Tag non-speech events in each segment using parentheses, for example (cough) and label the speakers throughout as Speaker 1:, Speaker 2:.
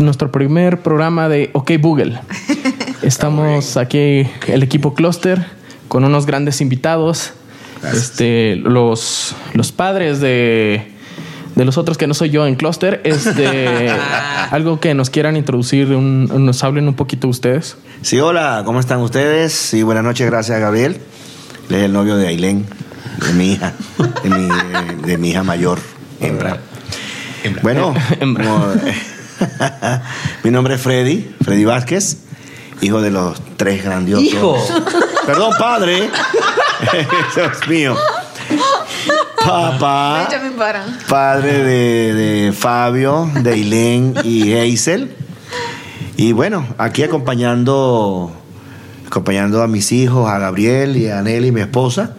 Speaker 1: nuestro primer programa de OK
Speaker 2: (laughs)
Speaker 1: Google. Estamos aquí, el equipo Cluster, con unos grandes invitados. Este, los, los padres de, de los otros que no soy yo en Cluster.
Speaker 2: (laughs)
Speaker 1: Este, algo que nos quieran introducir, un- nos hablen un poquito ustedes.
Speaker 2: Sí, hola, ¿cómo están ustedes? Sí, buenas noches, gracias Gabriel. Él es el novio de Ailén, de mi hija, de mi, de mi hija mayor, hembra. Bueno,
Speaker 1: Hembra.
Speaker 2: como- (laughs) mi nombre es Freddy, Freddy Vázquez, hijo de los tres grandiosos.
Speaker 3: Hijo.
Speaker 2: Perdón, padre. (laughs) Dios mío. Papá.
Speaker 4: Échame para.
Speaker 2: Padre de, de Fabio, de Ailén y Hazel. Y bueno, aquí acompañando, acompañando a mis hijos, a Gabriel y a Nelly, mi esposa,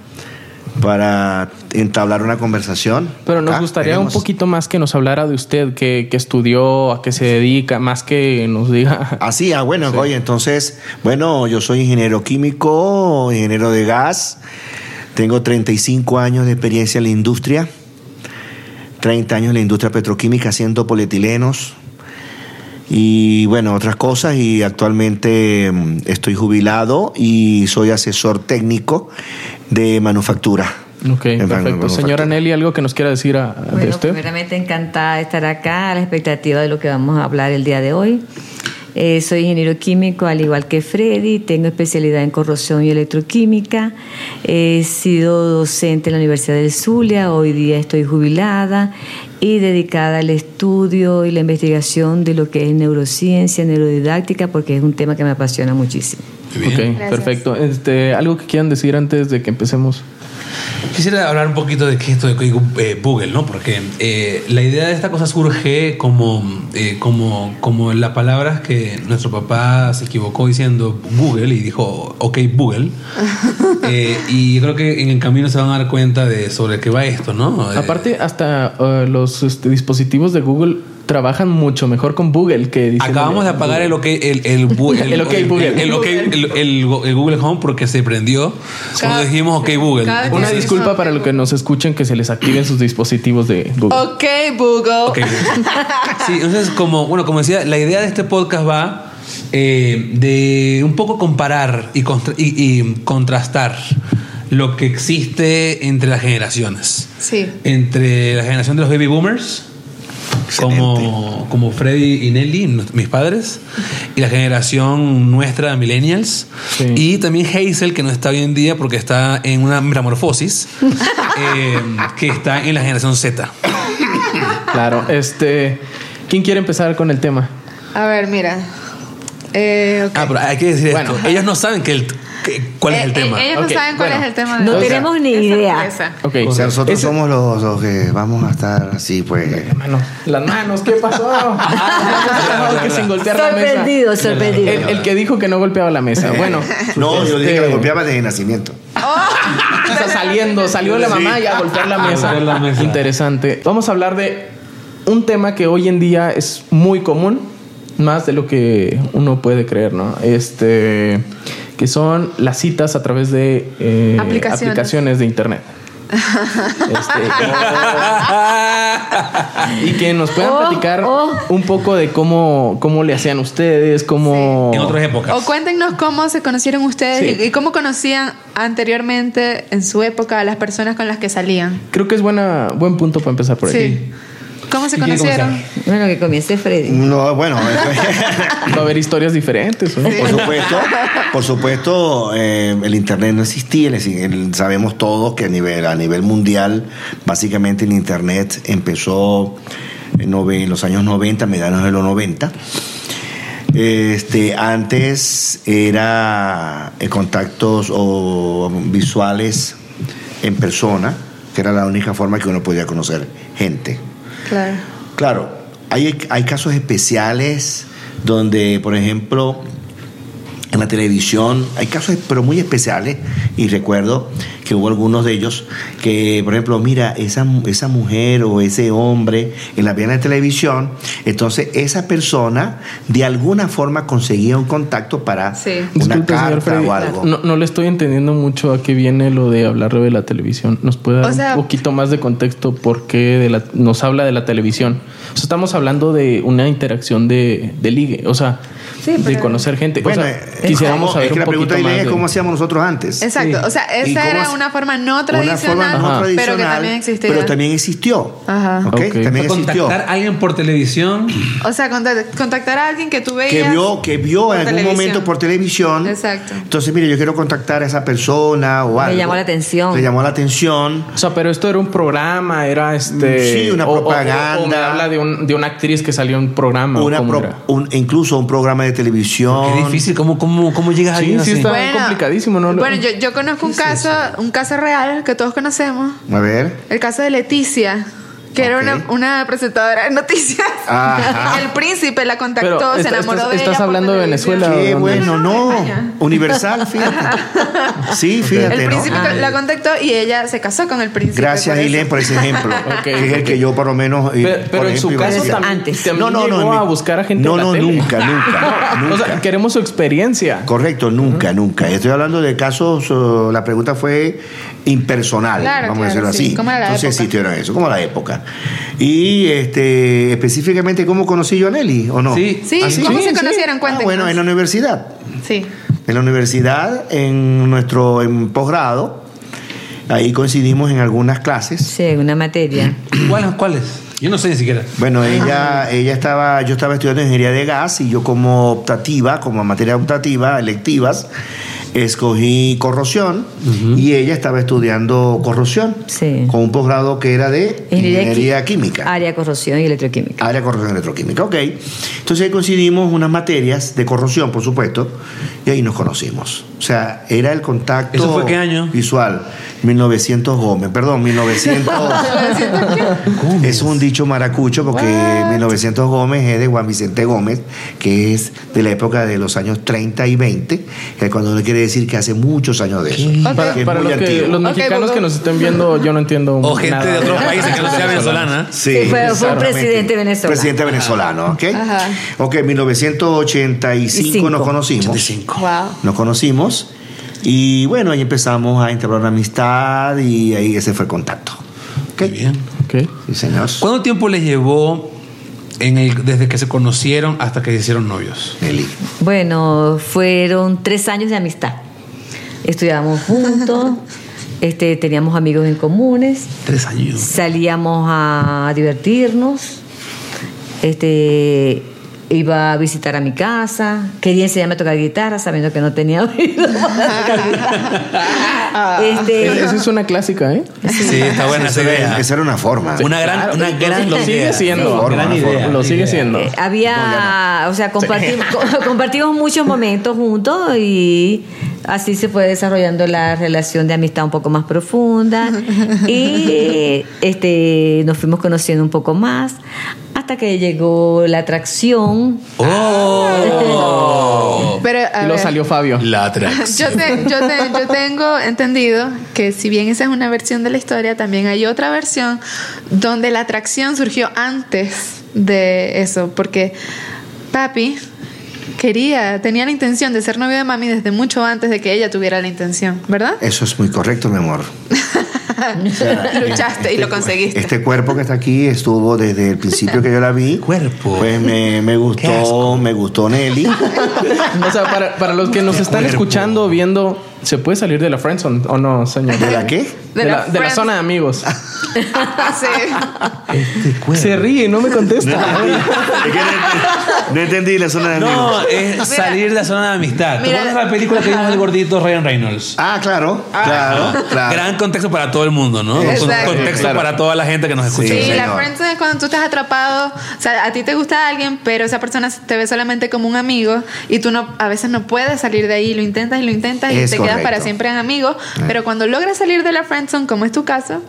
Speaker 2: para entablar una conversación.
Speaker 1: Pero nos
Speaker 2: Acá
Speaker 1: gustaría
Speaker 2: tenemos-
Speaker 1: un poquito más que nos hablara de usted, que, que estudió, a qué se dedica, más que nos diga.
Speaker 2: Así, ah, bueno, oye, entonces, bueno, yo soy ingeniero químico, ingeniero de gas, tengo 35 años de experiencia en la industria, 30 años en la industria petroquímica haciendo polietilenos y bueno, otras cosas y actualmente mm, estoy jubilado y soy asesor técnico de manufactura.
Speaker 1: Ok,
Speaker 2: En
Speaker 1: perfecto.
Speaker 2: man- manufactura.
Speaker 1: Señora Nelly, ¿algo que nos quiera decir a- de
Speaker 5: Bueno,
Speaker 1: usted?
Speaker 5: primeramente encantada de estar acá, a la expectativa de lo que vamos a hablar el día de hoy. Eh, soy ingeniero químico, al igual que Freddy, tengo especialidad en corrosión y electroquímica. He sido docente en la Universidad del Zulia, hoy día estoy jubilada y dedicada al estudio y la investigación de lo que es neurociencia, neurodidáctica, porque es un tema que me apasiona muchísimo.
Speaker 1: Ok, perfecto. Este, ¿Algo que quieran decir antes de que empecemos?
Speaker 3: Quisiera hablar un poquito de qué es esto de código eh, Google, ¿no? Porque eh, la idea de esta cosa surge como, eh, como, como las palabras que nuestro papá se equivocó diciendo Google y dijo, ok, Google.
Speaker 4: (laughs)
Speaker 3: Eh, y yo creo que en el camino se van a dar cuenta de sobre qué va esto, ¿no? Eh,
Speaker 1: Aparte, hasta eh, los este, dispositivos de Google trabajan mucho mejor con Google que diciendo-
Speaker 3: Acabamos de apagar el OK, el, el, bu-
Speaker 1: (laughs) El OK Google.
Speaker 3: el- el OK, el- el Go- el Google Home porque se prendió
Speaker 4: Cada-
Speaker 3: cuando dijimos OK Google.
Speaker 4: cada vez
Speaker 1: Una
Speaker 4: Sí,
Speaker 1: disculpa
Speaker 4: sí.
Speaker 1: para los que nos escuchen que se les activen sus dispositivos de Google.
Speaker 4: Ok, Google.
Speaker 3: Ok. Sí, entonces, como, bueno, como decía, la idea de este podcast va eh, de un poco comparar y, contra- y- y contrastar lo que existe entre las generaciones.
Speaker 4: Sí.
Speaker 3: Entre la generación de los baby boomers, como, como Freddy y Nelly, n- mis padres, y la generación nuestra de millennials,
Speaker 1: Sí.
Speaker 3: y también Hazel, que no está hoy en día porque está en una metamorfosis, eh, que está en la generación Z.
Speaker 1: Claro. Este, ¿Quién quiere empezar con el tema?
Speaker 4: A ver, mira. Eh, ok.
Speaker 3: Ah, pero hay que decir
Speaker 1: Bueno.
Speaker 3: esto. Ellos no saben que el, que- cuál es
Speaker 4: Eh,
Speaker 3: el
Speaker 4: eh,
Speaker 3: tema.
Speaker 4: Ellos
Speaker 1: Ok,
Speaker 4: no saben cuál
Speaker 1: bueno.
Speaker 4: es el tema. de
Speaker 5: No
Speaker 4: hoy.
Speaker 5: tenemos ni
Speaker 4: Es
Speaker 5: idea.
Speaker 4: sorpresa.
Speaker 1: Ok.
Speaker 2: O sea, Pues nosotros
Speaker 1: Ese-
Speaker 2: somos los, los que vamos a estar
Speaker 1: (laughs)
Speaker 2: así, pues.
Speaker 1: Manos, las manos, ¿qué pasó?
Speaker 2: (laughs)
Speaker 1: que sin golpear la mesa.
Speaker 5: Sorprendido, sorprendido.
Speaker 1: El, el que dijo que no golpeaba la mesa. Bueno.
Speaker 2: No, yo dije que
Speaker 1: este,
Speaker 2: la golpeaba desde nacimiento.
Speaker 4: Oh,
Speaker 1: O sea, saliendo, salió la mamá y a golpear la mesa.
Speaker 3: golpear la mesa.
Speaker 1: Interesante. Vamos a hablar de un tema que hoy en día es muy común, más de lo que uno puede creer, ¿no? Este, que son las citas a través de eh,
Speaker 4: Aplicaciones.
Speaker 1: aplicaciones de internet. Este,
Speaker 3: Ah,
Speaker 4: ah,
Speaker 1: y que nos puedan
Speaker 5: Oh,
Speaker 1: platicar
Speaker 5: oh.
Speaker 1: un poco de cómo, cómo le hacían ustedes, cómo...
Speaker 3: en otras épocas.
Speaker 4: O cuéntenos cómo se conocieron ustedes
Speaker 1: Sí.
Speaker 4: y, y cómo conocían anteriormente en su época a las personas con las que salían.
Speaker 1: Creo que es buena, buen punto para empezar por ahí.
Speaker 4: Sí. ¿Cómo se
Speaker 3: ¿Y quién
Speaker 4: conocieron?
Speaker 5: Bueno, que comience
Speaker 1: Mm.
Speaker 5: Freddy.
Speaker 1: (laughs)
Speaker 2: No, bueno. (laughs)
Speaker 1: Va a haber historias diferentes. ¿no?
Speaker 2: Por supuesto, por supuesto eh, el Internet no existía. el- el- sabemos todos que a nivel, a nivel mundial, básicamente el Internet empezó en, nove- en los años 90, mediados de los 90. Este, antes era eh, contactos o visuales en persona, que era la única forma que uno podía conocer gente.
Speaker 4: Claro.
Speaker 2: Claro, hay, hay casos especiales donde, por ejemplo, en la televisión, hay casos pero muy especiales, y recuerdo que que hubo algunos de ellos que, por ejemplo, mira, esa, esa mujer o ese hombre en la vía de televisión, entonces esa persona de alguna forma conseguía un contacto para
Speaker 4: Sí.
Speaker 2: una
Speaker 1: Disculpe, señor
Speaker 2: carta
Speaker 1: Freddy,
Speaker 2: o algo.
Speaker 1: No, no le estoy entendiendo mucho a qué viene lo de hablar de la televisión. ¿Nos puede dar
Speaker 4: O sea-
Speaker 1: un poquito más de contexto por qué de la- nos habla de la televisión? O sea, estamos hablando de una interacción de, de ligue, o sea,
Speaker 4: Sí,
Speaker 1: de
Speaker 4: pero-
Speaker 1: conocer gente.
Speaker 2: Bueno,
Speaker 1: o sea,
Speaker 2: eh,
Speaker 1: quisiéramos
Speaker 2: ¿cómo?
Speaker 1: saber
Speaker 2: es que
Speaker 1: un
Speaker 2: la pregunta
Speaker 1: poquito
Speaker 2: de
Speaker 1: más
Speaker 2: Irene es
Speaker 1: de-
Speaker 2: cómo hacíamos nosotros antes.
Speaker 4: Exacto.
Speaker 1: Sí.
Speaker 4: O sea,
Speaker 2: ¿Y
Speaker 4: esa
Speaker 2: cómo
Speaker 4: era
Speaker 2: se-
Speaker 4: una forma no
Speaker 2: Una
Speaker 4: tradicional,
Speaker 2: forma no
Speaker 1: Ajá.
Speaker 4: pero que también
Speaker 2: tradicional,
Speaker 4: existía.
Speaker 2: pero también existió.
Speaker 4: Ajá.
Speaker 2: ¿Ok?
Speaker 1: Ok.
Speaker 2: También existió.
Speaker 3: Contactar a alguien por televisión.
Speaker 4: O sea, contact- contactar a alguien que tú veías.
Speaker 2: que vio que vio
Speaker 4: por
Speaker 2: en algún
Speaker 4: televisión.
Speaker 2: momento por televisión
Speaker 4: Exacto.
Speaker 2: entonces mire yo quiero contactar a esa persona o
Speaker 5: Me
Speaker 2: algo
Speaker 5: llamó la atención.
Speaker 2: le llamó la atención
Speaker 1: O sea, pero esto era un programa, era este.
Speaker 2: Mm, Sí, una
Speaker 1: o- o- o- O, me
Speaker 2: propaganda.
Speaker 1: habla de, un- de una actriz que salió en un programa. o
Speaker 2: una
Speaker 1: cómo
Speaker 2: pro-
Speaker 1: era.
Speaker 2: un- incluso un programa de televisión
Speaker 3: Qué difícil, ¿cómo, cómo, cómo llegas a
Speaker 1: Sí,
Speaker 3: alguien
Speaker 1: sí
Speaker 3: así?
Speaker 1: está- complicadísimo, ¿no?
Speaker 4: Bueno, yo, yo conozco un caso, un caso real que todos conocemos.
Speaker 2: a ver
Speaker 4: El caso de Leticia, que era
Speaker 2: Ok.
Speaker 4: una, una presentadora de noticias.
Speaker 2: Ajá.
Speaker 4: El príncipe la contactó,
Speaker 1: Pero
Speaker 4: se
Speaker 1: estás-
Speaker 4: enamoró
Speaker 1: estás-
Speaker 4: de
Speaker 1: estás
Speaker 4: ella por
Speaker 1: hablando de
Speaker 4: televisión.
Speaker 1: Venezuela.
Speaker 2: qué
Speaker 1: ¿dónde?
Speaker 2: bueno
Speaker 4: No, no,
Speaker 2: no
Speaker 4: España.
Speaker 2: universal
Speaker 4: (laughs)
Speaker 2: fíjate sí fíjate
Speaker 4: El
Speaker 2: ¿no?
Speaker 4: príncipe
Speaker 5: Ah.
Speaker 4: la contactó y ella se casó con el príncipe.
Speaker 2: gracias
Speaker 4: por eso.
Speaker 2: Ilen por ese ejemplo
Speaker 1: (laughs) Ok,
Speaker 2: que es el
Speaker 1: ok.
Speaker 2: que yo por lo menos eh,
Speaker 1: Pe-
Speaker 2: por
Speaker 1: Pero, en su
Speaker 2: ejemplo, iba a
Speaker 1: caso
Speaker 2: decir.
Speaker 1: también,
Speaker 5: Antes.
Speaker 1: también
Speaker 2: en
Speaker 1: llegó
Speaker 2: mi-
Speaker 1: a buscar a gente
Speaker 2: no
Speaker 1: en la
Speaker 2: no
Speaker 1: tele.
Speaker 2: nunca nunca nunca
Speaker 1: (laughs) O sea, queremos su experiencia.
Speaker 2: Correcto, nunca, nunca. Estoy hablando de casos, eh, la pregunta fue impersonal,
Speaker 4: Claro,
Speaker 2: vamos a
Speaker 4: claro,
Speaker 2: decirlo
Speaker 4: sí.
Speaker 2: así.
Speaker 4: ¿Cómo era la
Speaker 2: Entonces
Speaker 4: época?
Speaker 2: existieron eso, como la época. Y este, específicamente, ¿cómo conocí yo a Nelly o no?
Speaker 3: Sí.
Speaker 4: Sí,
Speaker 3: ¿Ah, sí?
Speaker 4: ¿cómo
Speaker 1: Sí,
Speaker 4: se
Speaker 1: sí.
Speaker 4: conocieron?
Speaker 2: Ah,
Speaker 4: Cuéntenos.
Speaker 2: bueno, en la universidad.
Speaker 4: Sí.
Speaker 2: En la universidad, en nuestro en posgrado, ahí coincidimos en algunas clases.
Speaker 5: Sí, una materia.
Speaker 3: ¿Cuáles? ¿Cuáles? Yo no sé ni siquiera.
Speaker 2: Bueno, ella, ella estaba, yo estaba estudiando ingeniería de gas y yo como optativa, como materia optativa, electivas, escogí corrosión y ella estaba estudiando corrosión
Speaker 5: Sí.
Speaker 2: con un posgrado que era de
Speaker 5: Ingeniería
Speaker 2: ingeniería
Speaker 5: qui-
Speaker 2: química.
Speaker 5: Área corrosión y electroquímica.
Speaker 2: Área de corrosión electroquímica, ok. Entonces ahí coincidimos unas materias de corrosión, por supuesto, y ahí nos conocimos. O sea, era el contacto
Speaker 3: ¿Eso fue qué año?
Speaker 2: visual. 1900 Gómez, perdón, 1900. Es un dicho maracucho porque 1900 Gómez es de Juan Vicente Gómez, que es de la época de los años 30 y 20, que cuando uno quiere decir que hace muchos años de eso.
Speaker 4: Ok.
Speaker 1: Para,
Speaker 2: Que es
Speaker 1: para
Speaker 2: muy
Speaker 1: los, que-
Speaker 2: antiguo.
Speaker 1: los
Speaker 4: Ok,
Speaker 1: mexicanos
Speaker 4: Google.
Speaker 1: que nos estén viendo, yo no entiendo.
Speaker 3: O gente
Speaker 1: nada
Speaker 3: de otros países que no sea venezolana.
Speaker 5: Sí, fue- fue un presidente venezolano.
Speaker 2: Presidente venezolano, ¿ok?
Speaker 4: Ajá.
Speaker 2: Ok, 1985
Speaker 5: Cinco.
Speaker 2: nos conocimos.
Speaker 4: Wow.
Speaker 2: Nos conocimos y bueno, ahí empezamos a entablar una amistad y ahí ese fue el contacto. ¿Ok?
Speaker 3: Qué bien.
Speaker 1: Ok.
Speaker 2: Sí, señor.
Speaker 3: ¿Cuánto tiempo les llevó en el, desde que se conocieron hasta que se hicieron novios?
Speaker 2: Nelly.
Speaker 5: Bueno, fueron tres años de amistad. Estudiábamos juntos, este, teníamos amigos en comunes,
Speaker 3: Tres años.
Speaker 5: salíamos a divertirnos, este, iba a visitar a mi casa, quería enseñarme a tocar guitarra sabiendo que no tenía oído. para tocar guitarra.
Speaker 1: Es-
Speaker 5: Este,
Speaker 1: Esa es una clásica, ¿eh?
Speaker 3: Sí, está buena esa
Speaker 2: Esa era,
Speaker 3: idea.
Speaker 2: esa era una forma.
Speaker 3: Una gran,
Speaker 1: Claro,
Speaker 3: una
Speaker 1: lo-
Speaker 3: gran
Speaker 1: lo sigue
Speaker 3: idea.
Speaker 1: siendo.
Speaker 3: Sí, gran
Speaker 2: Forma,
Speaker 3: idea.
Speaker 1: Lo sigue
Speaker 3: idea.
Speaker 1: siendo.
Speaker 5: Eh, había, o sea, compartimos, co- compartimos muchos momentos juntos y así se fue desarrollando la relación de amistad un poco más profunda y este nos fuimos conociendo un poco más hasta que llegó la atracción.
Speaker 3: ¡Oh!
Speaker 4: Pero, a
Speaker 1: Y lo
Speaker 4: ver,
Speaker 1: salió Fabio.
Speaker 3: La
Speaker 4: Yo,
Speaker 3: atracción.
Speaker 4: te- yo te- yo tengo entendido que si bien esa es una versión de la historia, también hay otra versión donde la atracción surgió antes de eso, porque papi quería, tenía la intención de ser novio de mami desde mucho antes de que ella tuviera la intención, ¿verdad?
Speaker 2: Eso es muy correcto, mi
Speaker 5: (laughs)
Speaker 2: amor.
Speaker 4: (laughs)
Speaker 2: eh,
Speaker 4: Luchaste y lo conseguiste.
Speaker 2: Este cuerpo que está aquí estuvo desde el principio que yo la vi.
Speaker 3: (laughs) Cuerpo.
Speaker 2: Pues me, me
Speaker 3: Qué
Speaker 2: gustó,
Speaker 3: asco.
Speaker 2: me gustó Nelly.
Speaker 1: O sea, para, para los que nos están
Speaker 3: cuerpo.
Speaker 1: escuchando, viendo, ¿se puede salir de la friendzone o no, señor?
Speaker 2: ¿De la qué?
Speaker 1: De la, de la
Speaker 4: friends.
Speaker 1: zona de amigos.
Speaker 4: (laughs) Sí.
Speaker 3: Este Ah, cuerpo.
Speaker 1: Se ríe, no me contesta.
Speaker 2: Es que no entendí- no entendí la zona de amigos.
Speaker 3: No, es salir de la zona de amistad. ¿Te
Speaker 4: Mira.
Speaker 3: acuerdas de la película que vimos del gordito Ryan Reynolds?
Speaker 2: Ah, claro, claro, claro.
Speaker 3: Gran contexto para todo el mundo, ¿no?
Speaker 2: Exacto.
Speaker 3: Con- Contexto
Speaker 1: Claro.
Speaker 3: para toda la gente que nos escucha.
Speaker 2: Sí,
Speaker 4: Sí, la
Speaker 2: señor.
Speaker 4: friendzone es cuando tú estás atrapado, o sea, a ti te gusta alguien, pero esa persona te ve solamente como un amigo y tú no, a veces no puedes salir de ahí, lo intentas y lo intentas y
Speaker 2: Es Eh.
Speaker 4: te quedas para siempre en amigos, pero cuando logras salir de la friendzone, como es tu caso,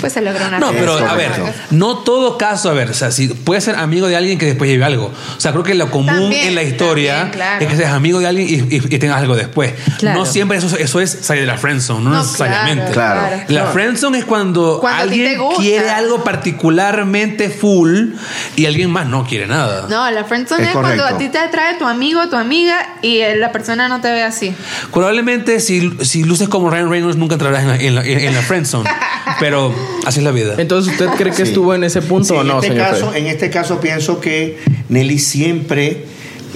Speaker 4: pues se logra una
Speaker 3: No,
Speaker 4: relación.
Speaker 3: pero
Speaker 2: Es
Speaker 3: a ver,
Speaker 2: correcto.
Speaker 3: no todo caso, a ver, o sea, si puedes ser amigo de alguien que después lleve algo. O sea, creo que lo común
Speaker 4: También,
Speaker 3: en la historia
Speaker 4: también, claro.
Speaker 3: es que seas amigo de alguien y, y- y tengas algo después.
Speaker 5: Claro.
Speaker 3: No siempre eso, eso es salir de la friendzone, no,
Speaker 4: No,
Speaker 3: necesariamente.
Speaker 2: Claro.
Speaker 3: La friendzone es cuando,
Speaker 4: Cuando a ti te
Speaker 3: alguien
Speaker 4: gusta.
Speaker 3: quiere algo particularmente full y alguien más no quiere nada.
Speaker 4: No, la friendzone
Speaker 2: Es
Speaker 4: es, cuando
Speaker 2: correcto.
Speaker 4: a ti te atrae tu amigo, tu amiga y eh, la persona no te ve así.
Speaker 3: Probablemente si, si luces como Ryan Reynolds nunca entrarás en la, en la- en la friendzone, pero así es la vida.
Speaker 1: Entonces, ¿usted cree que
Speaker 2: Sí.
Speaker 1: estuvo en ese punto
Speaker 2: Sí,
Speaker 1: o no,
Speaker 2: en este
Speaker 1: señor?
Speaker 2: caso,
Speaker 1: Freddy?
Speaker 2: En este caso pienso que Nelly siempre,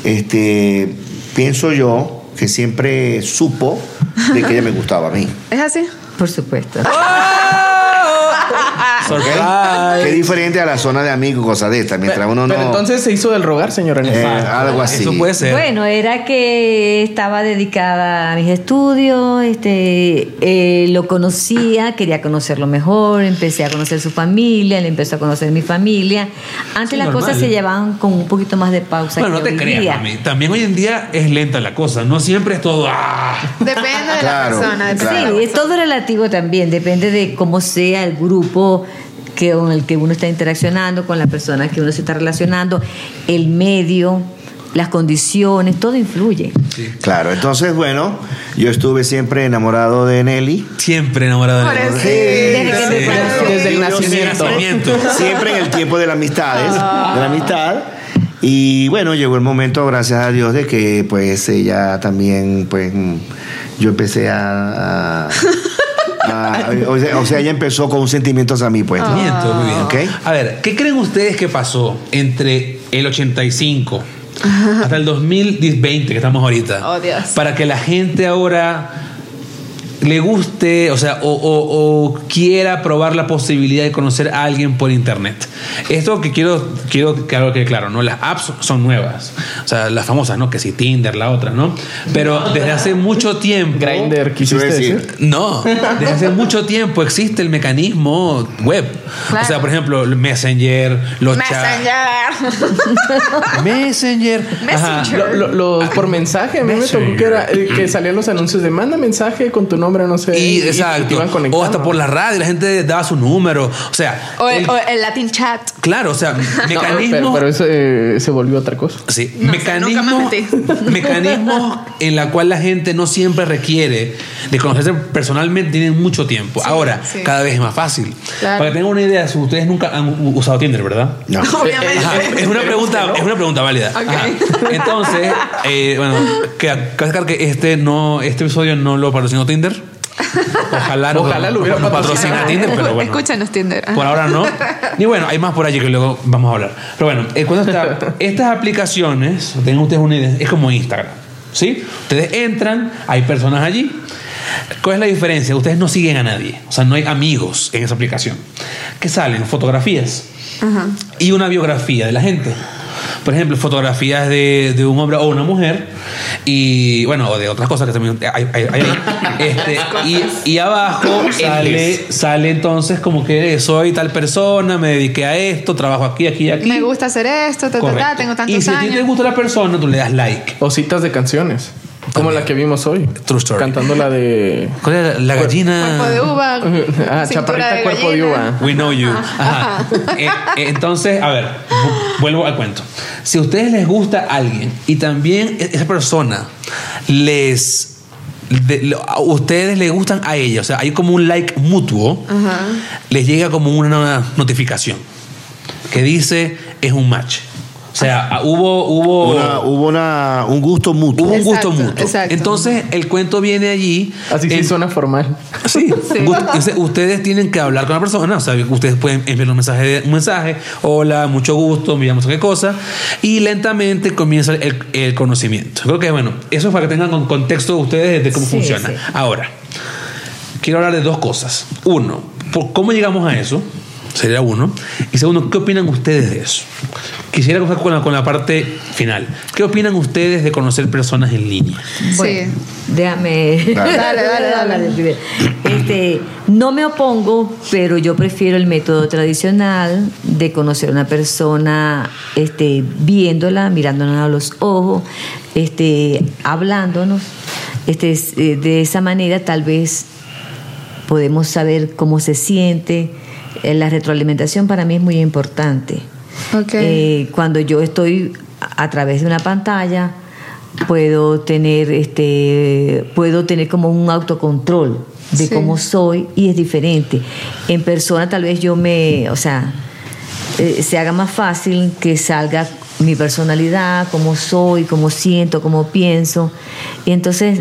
Speaker 2: este, pienso yo, que siempre supo de que ella me
Speaker 1: (laughs)
Speaker 2: gustaba a mí.
Speaker 4: ¿Es así?
Speaker 5: (laughs) Por supuesto.
Speaker 1: Ah.
Speaker 2: ¿ok?
Speaker 3: Surprise.
Speaker 2: Que es diferente a la zona de amigos, cosas de esta. Mientras
Speaker 1: Pero,
Speaker 2: uno no.
Speaker 1: pero entonces se hizo del rogar, señor Ernesto.
Speaker 2: eh,
Speaker 3: ah,
Speaker 2: algo así.
Speaker 3: Eso puede ser.
Speaker 5: Bueno, era que estaba dedicada a mis estudios, este, eh, lo conocía, quería conocerlo mejor, empecé a conocer su familia, le empezó a conocer mi familia. Antes
Speaker 3: Sí,
Speaker 5: las
Speaker 3: normal.
Speaker 5: cosas se llevaban con un poquito más de pausa.
Speaker 3: Bueno,
Speaker 5: que
Speaker 3: no te
Speaker 5: hoy
Speaker 3: creas,
Speaker 5: día.
Speaker 3: mami. También hoy en día es lenta la cosa. No siempre es todo. "Ah".
Speaker 4: Depende de
Speaker 2: Claro,
Speaker 4: la persona. depende de la
Speaker 2: claro.
Speaker 5: Sí,
Speaker 4: persona.
Speaker 5: es todo relativo también, depende de cómo sea el grupo que, con el que uno está interaccionando, con la persona que uno se está relacionando, el medio, las condiciones, todo influye.
Speaker 2: Claro, entonces, bueno, yo estuve siempre enamorado de Nelly.
Speaker 3: Siempre enamorado de
Speaker 4: Por
Speaker 3: la
Speaker 4: eso.
Speaker 3: mujer.
Speaker 5: que
Speaker 3: Sí.
Speaker 1: Desde- desde el nacimiento. Ah.
Speaker 3: nacimiento.
Speaker 2: Siempre en el tiempo de la amistad, ¿eh? de la amistad. Y bueno, llegó el momento, gracias a Dios, de que pues ella también, pues mm, yo empecé a... a- a- o, sea, o sea, ella empezó con sentimientos a mí, pues. ¿no?
Speaker 3: Nacimiento, muy bien.
Speaker 2: Ok.
Speaker 3: A ver, ¿qué creen ustedes que pasó entre el 85 hasta el 2020 que estamos ahorita?
Speaker 4: Oh, Dios.
Speaker 3: Para que la gente ahora le guste, o sea, o, o- o quiera probar la posibilidad de conocer a alguien por internet. Esto que quiero, quiero que algo quede claro, ¿no? Las apps son nuevas, o sea, las famosas, ¿no? Que si Tinder, la otra, ¿no? Pero desde hace mucho tiempo...
Speaker 1: Grinder, quisiste
Speaker 2: Quiero decir-
Speaker 1: decir.
Speaker 3: No, desde hace mucho tiempo existe el mecanismo web.
Speaker 4: Claro.
Speaker 3: O sea, por ejemplo, el Messenger, los chats.
Speaker 4: Messenger.
Speaker 3: (laughs) Messenger. Ajá.
Speaker 4: Messenger.
Speaker 1: Lo- lo- los por mensaje, a mí me tocó que, era, eh, que salían los anuncios de manda mensaje con tu nombre, no sé.
Speaker 3: Y,
Speaker 1: te
Speaker 3: exacto.
Speaker 1: iban
Speaker 3: O
Speaker 1: conectando.
Speaker 3: hasta por la radio, la gente daba su número. O sea,
Speaker 4: O el,
Speaker 3: el-
Speaker 4: o el
Speaker 3: (laughs)
Speaker 4: Latin chat.
Speaker 3: claro, o
Speaker 1: (laughs)
Speaker 3: sea,
Speaker 1: No,
Speaker 3: mecanismos.
Speaker 1: pero, pero eso eh, se volvió otra cosa.
Speaker 3: Sí,
Speaker 4: No sé,
Speaker 3: mecanismos,
Speaker 4: nunca
Speaker 3: (laughs)
Speaker 4: me
Speaker 3: mecanismos en la cual la gente no siempre requiere de conocerse personalmente, tienen mucho tiempo. Ahora,
Speaker 4: sí.
Speaker 3: cada vez es más fácil.
Speaker 4: Claro.
Speaker 3: Para que tengan una idea, si ustedes nunca han u- usado Tinder, ¿verdad?
Speaker 2: No.
Speaker 3: Ajá,
Speaker 1: (laughs)
Speaker 4: Obviamente.
Speaker 3: es una pregunta, es una pregunta válida.
Speaker 4: Ok.
Speaker 3: Ajá. Entonces, eh, bueno, que cabe destacar que este no, este episodio no lo patrocinó Tinder. Ojalá, no-
Speaker 1: Ojalá lo hubiera
Speaker 3: no patrocina
Speaker 1: patrocinado.
Speaker 3: Tinder, pero bueno.
Speaker 4: Escúchanos, Tinder.
Speaker 3: Por ahora no. Y bueno, hay más por allí que luego vamos a hablar. Pero bueno, eh, cuando está, estas aplicaciones, tengan ustedes una idea, es como Instagram. ¿Sí? Ustedes entran, hay personas allí. ¿Cuál es la diferencia? Ustedes no siguen a nadie. O sea, no hay amigos en esa aplicación. ¿Qué salen? Fotografías y una biografía de la gente. Por ejemplo, fotografías de, de un hombre o una mujer y bueno, o de otras cosas que también hay, hay- (laughs) hay ahí. Este, y, y abajo sale, sale entonces como que soy tal persona, me dediqué a esto, trabajo aquí, aquí y aquí.
Speaker 4: Me gusta hacer esto, ta, ta, ta,
Speaker 3: Correcto.
Speaker 4: tengo
Speaker 3: y
Speaker 4: tantos
Speaker 3: si a ti te
Speaker 4: años.
Speaker 3: gusta la persona, tú le das like.
Speaker 1: O citas de canciones, como la que vimos hoy.
Speaker 3: True story.
Speaker 1: Cantando la de.
Speaker 3: ¿Cuál era la
Speaker 4: Cuerpo de
Speaker 3: gallina?
Speaker 4: uva.
Speaker 1: Ah,
Speaker 4: cintura
Speaker 1: chaparrita,
Speaker 4: de
Speaker 1: cuerpo de
Speaker 4: gallina.
Speaker 1: uva.
Speaker 3: We know you. Ajá. Eh, eh, entonces, a ver, vu- vuelvo al cuento. Si a ustedes les gusta alguien y también e- esa persona les... de- lo- a ustedes les gustan a ella, o sea, hay como un like mutuo, les llega como una notificación que dice es un match. O sea, a- hubo, hubo,
Speaker 2: Una- hubo una, un gusto mutuo.
Speaker 3: Oh. hubo un gusto
Speaker 4: Exacto,
Speaker 3: mutuo.
Speaker 4: exacto.
Speaker 3: Entonces, el cuento viene allí.
Speaker 1: Así sí
Speaker 3: en-
Speaker 1: suena formal.
Speaker 3: Sí. Gust- entonces, ustedes tienen que hablar con la persona, o sea, ustedes pueden enviar un mensaje, de- un mensaje, hola, mucho gusto, miramos qué cosa, y lentamente comienza el, el conocimiento. Creo que, bueno, eso es para que tengan un contexto ustedes de cómo
Speaker 5: Sí,
Speaker 3: funciona.
Speaker 5: sí.
Speaker 3: Ahora, quiero hablar de dos cosas. Uno, por ¿cómo llegamos a eso? Sería uno. Y segundo, ¿qué opinan ustedes de eso? Quisiera comenzar con la, con la parte final. ¿Qué opinan ustedes de conocer personas en línea?
Speaker 5: Bueno, déjame.
Speaker 2: Dale.
Speaker 4: (laughs) Dale, dale, dale.
Speaker 5: Primero. Este, no me opongo, pero yo prefiero el método tradicional de conocer a una persona este, viéndola, mirándonos a los ojos, este, hablándonos. Este, es, eh, de esa manera tal vez podemos saber cómo se siente. Eh, La retroalimentación para mí es muy importante.
Speaker 4: Ok.
Speaker 5: Eh, cuando yo estoy a a través de una pantalla, puedo tener este puedo tener como un autocontrol de
Speaker 4: Sí.
Speaker 5: cómo soy y es diferente. En persona tal vez yo me, o sea, eh, se haga más fácil que salga mi personalidad, cómo soy, cómo siento, cómo pienso. Y entonces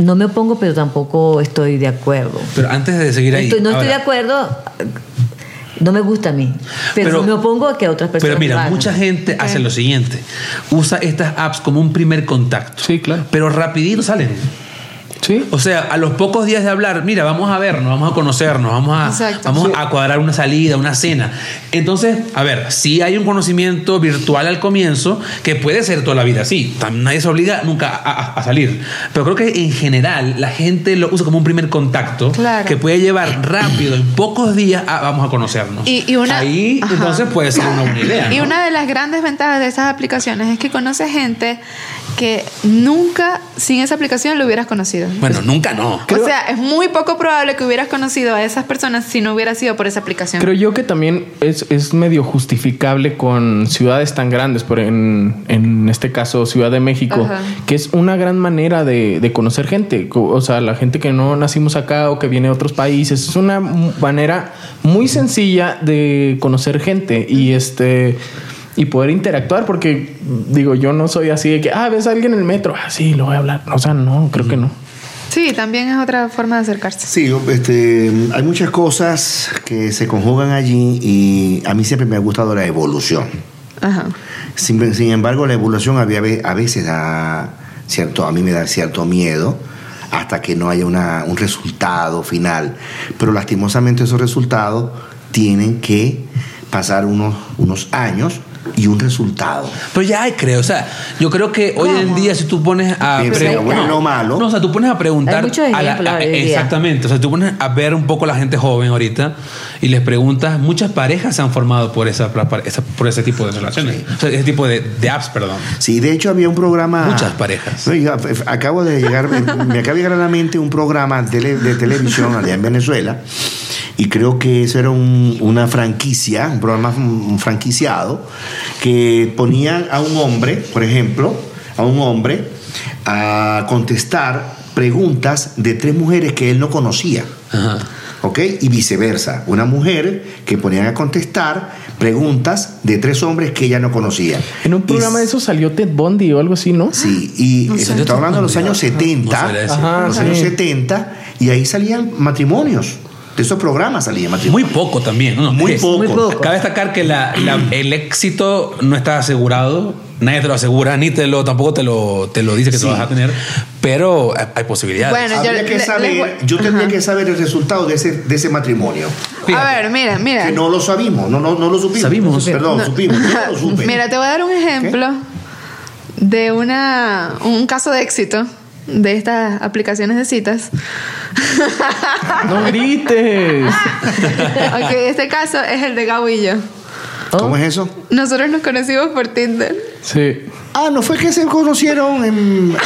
Speaker 5: no me opongo, pero tampoco estoy de acuerdo.
Speaker 3: Pero antes de seguir ahí.
Speaker 5: Estoy- no estoy
Speaker 3: ahora,
Speaker 5: de acuerdo, no me gusta a mí, pero,
Speaker 3: Pero-
Speaker 5: me opongo a que otras personas
Speaker 3: Pero mira,
Speaker 5: lo hagan.
Speaker 3: mucha gente
Speaker 4: Ok.
Speaker 3: hace lo siguiente: usa estas apps como un primer contacto.
Speaker 1: Sí, claro.
Speaker 3: Pero rapidito salen.
Speaker 1: Sí.
Speaker 3: O sea, a los pocos días de hablar, mira, vamos a vernos, vamos a conocernos, vamos a,
Speaker 4: Exacto.
Speaker 3: vamos
Speaker 4: Sí.
Speaker 3: a cuadrar una salida, una cena. Entonces, a ver, sí hay un conocimiento virtual al comienzo que puede ser toda la vida, sí, tam- nadie se obliga nunca a, a- a salir. Pero creo que en general la gente lo usa como un primer contacto
Speaker 4: Claro.
Speaker 3: que puede llevar rápido, en pocos días, a vamos a conocernos.
Speaker 4: Y- y una-
Speaker 3: Ahí
Speaker 4: Ajá.
Speaker 3: entonces puede ser una buena idea.
Speaker 4: Y
Speaker 3: ¿no?
Speaker 4: una de las grandes ventajas de esas aplicaciones es que conoces gente que nunca sin esa aplicación lo hubieras conocido.
Speaker 3: Bueno, nunca no.
Speaker 1: Creo-
Speaker 4: o sea, es muy poco probable que hubieras conocido a esas personas si no hubiera sido por esa aplicación.
Speaker 1: Creo yo que también es, es medio justificable con ciudades tan grandes, por en, en este caso Ciudad de México,
Speaker 4: Ajá.
Speaker 1: que es una gran manera de, de conocer gente. Co- O sea, la gente que no nacimos acá o que viene de otros países. Es una m- manera muy sencilla de conocer gente y este. Y poder interactuar, porque digo, yo no soy así de que, ah, ves a alguien en el metro, ah, sí, lo voy a hablar. O sea, no, creo que no.
Speaker 4: Sí, también es otra forma de acercarse.
Speaker 2: Sí, yo, este, hay muchas cosas que se conjugan allí y a mí siempre me ha gustado la evolución.
Speaker 4: Ajá.
Speaker 2: Sin, sin embargo, la evolución había ve- a veces da cierto, a mí me da cierto miedo hasta que no haya una- un resultado final. Pero lastimosamente esos resultados tienen que pasar unos, unos años y un resultado.
Speaker 3: Pero ya hay, creo. O sea, yo creo que hoy en
Speaker 4: ¿Cómo?
Speaker 3: día, si tú pones a.
Speaker 2: Pero
Speaker 3: pregun-
Speaker 2: bueno,
Speaker 3: no,
Speaker 2: malo.
Speaker 3: No, o sea, tú pones a preguntar.
Speaker 5: Hay muchos
Speaker 3: a la-
Speaker 5: ejemplos
Speaker 3: a-
Speaker 5: hoy en día.
Speaker 3: exactamente. O sea, tú pones a ver un poco la gente joven ahorita y les preguntas. Muchas parejas se han formado por, esa, pla- pa- esa- por ese tipo de relaciones. O sea, ese tipo de, de apps, perdón.
Speaker 2: Sí, de hecho había un programa.
Speaker 3: Muchas parejas.
Speaker 2: No, yo af- acabo de llegar, me acaba de llegar a la mente un programa de, tele- de televisión allá en Venezuela. Y creo que eso era un- una franquicia, un programa fran- franquiciado, que ponían a un hombre, por ejemplo, a un hombre a contestar preguntas de tres mujeres que él no conocía.
Speaker 3: Ajá.
Speaker 2: ¿Ok? Y viceversa. Una mujer que ponían a contestar preguntas de tres hombres que ella no conocía.
Speaker 1: En un
Speaker 2: Y
Speaker 1: programa de eso salió Ted Bundy o algo así, ¿no?
Speaker 2: Sí, y
Speaker 3: sé.
Speaker 2: estoy hablando de los años
Speaker 3: Ajá.
Speaker 2: 70.
Speaker 3: No sé, sí.
Speaker 1: Ajá,
Speaker 2: los
Speaker 1: sí.
Speaker 2: años 70, y ahí salían matrimonios. De esos programas salían
Speaker 3: Muy
Speaker 2: matrimonios.
Speaker 3: poco también. ¿no?
Speaker 2: Muy
Speaker 3: Es-
Speaker 2: poco.
Speaker 5: muy poco.
Speaker 3: Cabe destacar que la- la- el éxito no está asegurado. Nadie te lo asegura, ni te lo, tampoco te lo, te lo dice que
Speaker 2: Sí.
Speaker 3: te vas a tener. Pero hay- hay posibilidades.
Speaker 4: Bueno, yo
Speaker 2: Habría que
Speaker 4: le- les
Speaker 2: saber,
Speaker 4: voy-
Speaker 2: yo tendría
Speaker 4: Ajá.
Speaker 2: que saber el resultado de ese, de ese matrimonio.
Speaker 3: Fíjate.
Speaker 4: A ver, mira, mira.
Speaker 2: Que no lo sabimos, no, no, no lo supimos.
Speaker 3: Sabimos.
Speaker 2: Perdón,
Speaker 4: No.
Speaker 2: supimos. Yo
Speaker 4: (laughs)
Speaker 2: no lo supe.
Speaker 4: Mira, te voy a dar un ejemplo de una un caso de éxito de estas aplicaciones de citas. (laughs)
Speaker 1: No grites.
Speaker 4: ok, este caso es el de Gabo y yo.
Speaker 2: ¿Cómo es eso?
Speaker 4: Nosotros nos conocimos por Tinder.
Speaker 1: Sí.
Speaker 2: Ah, no fue que se conocieron en.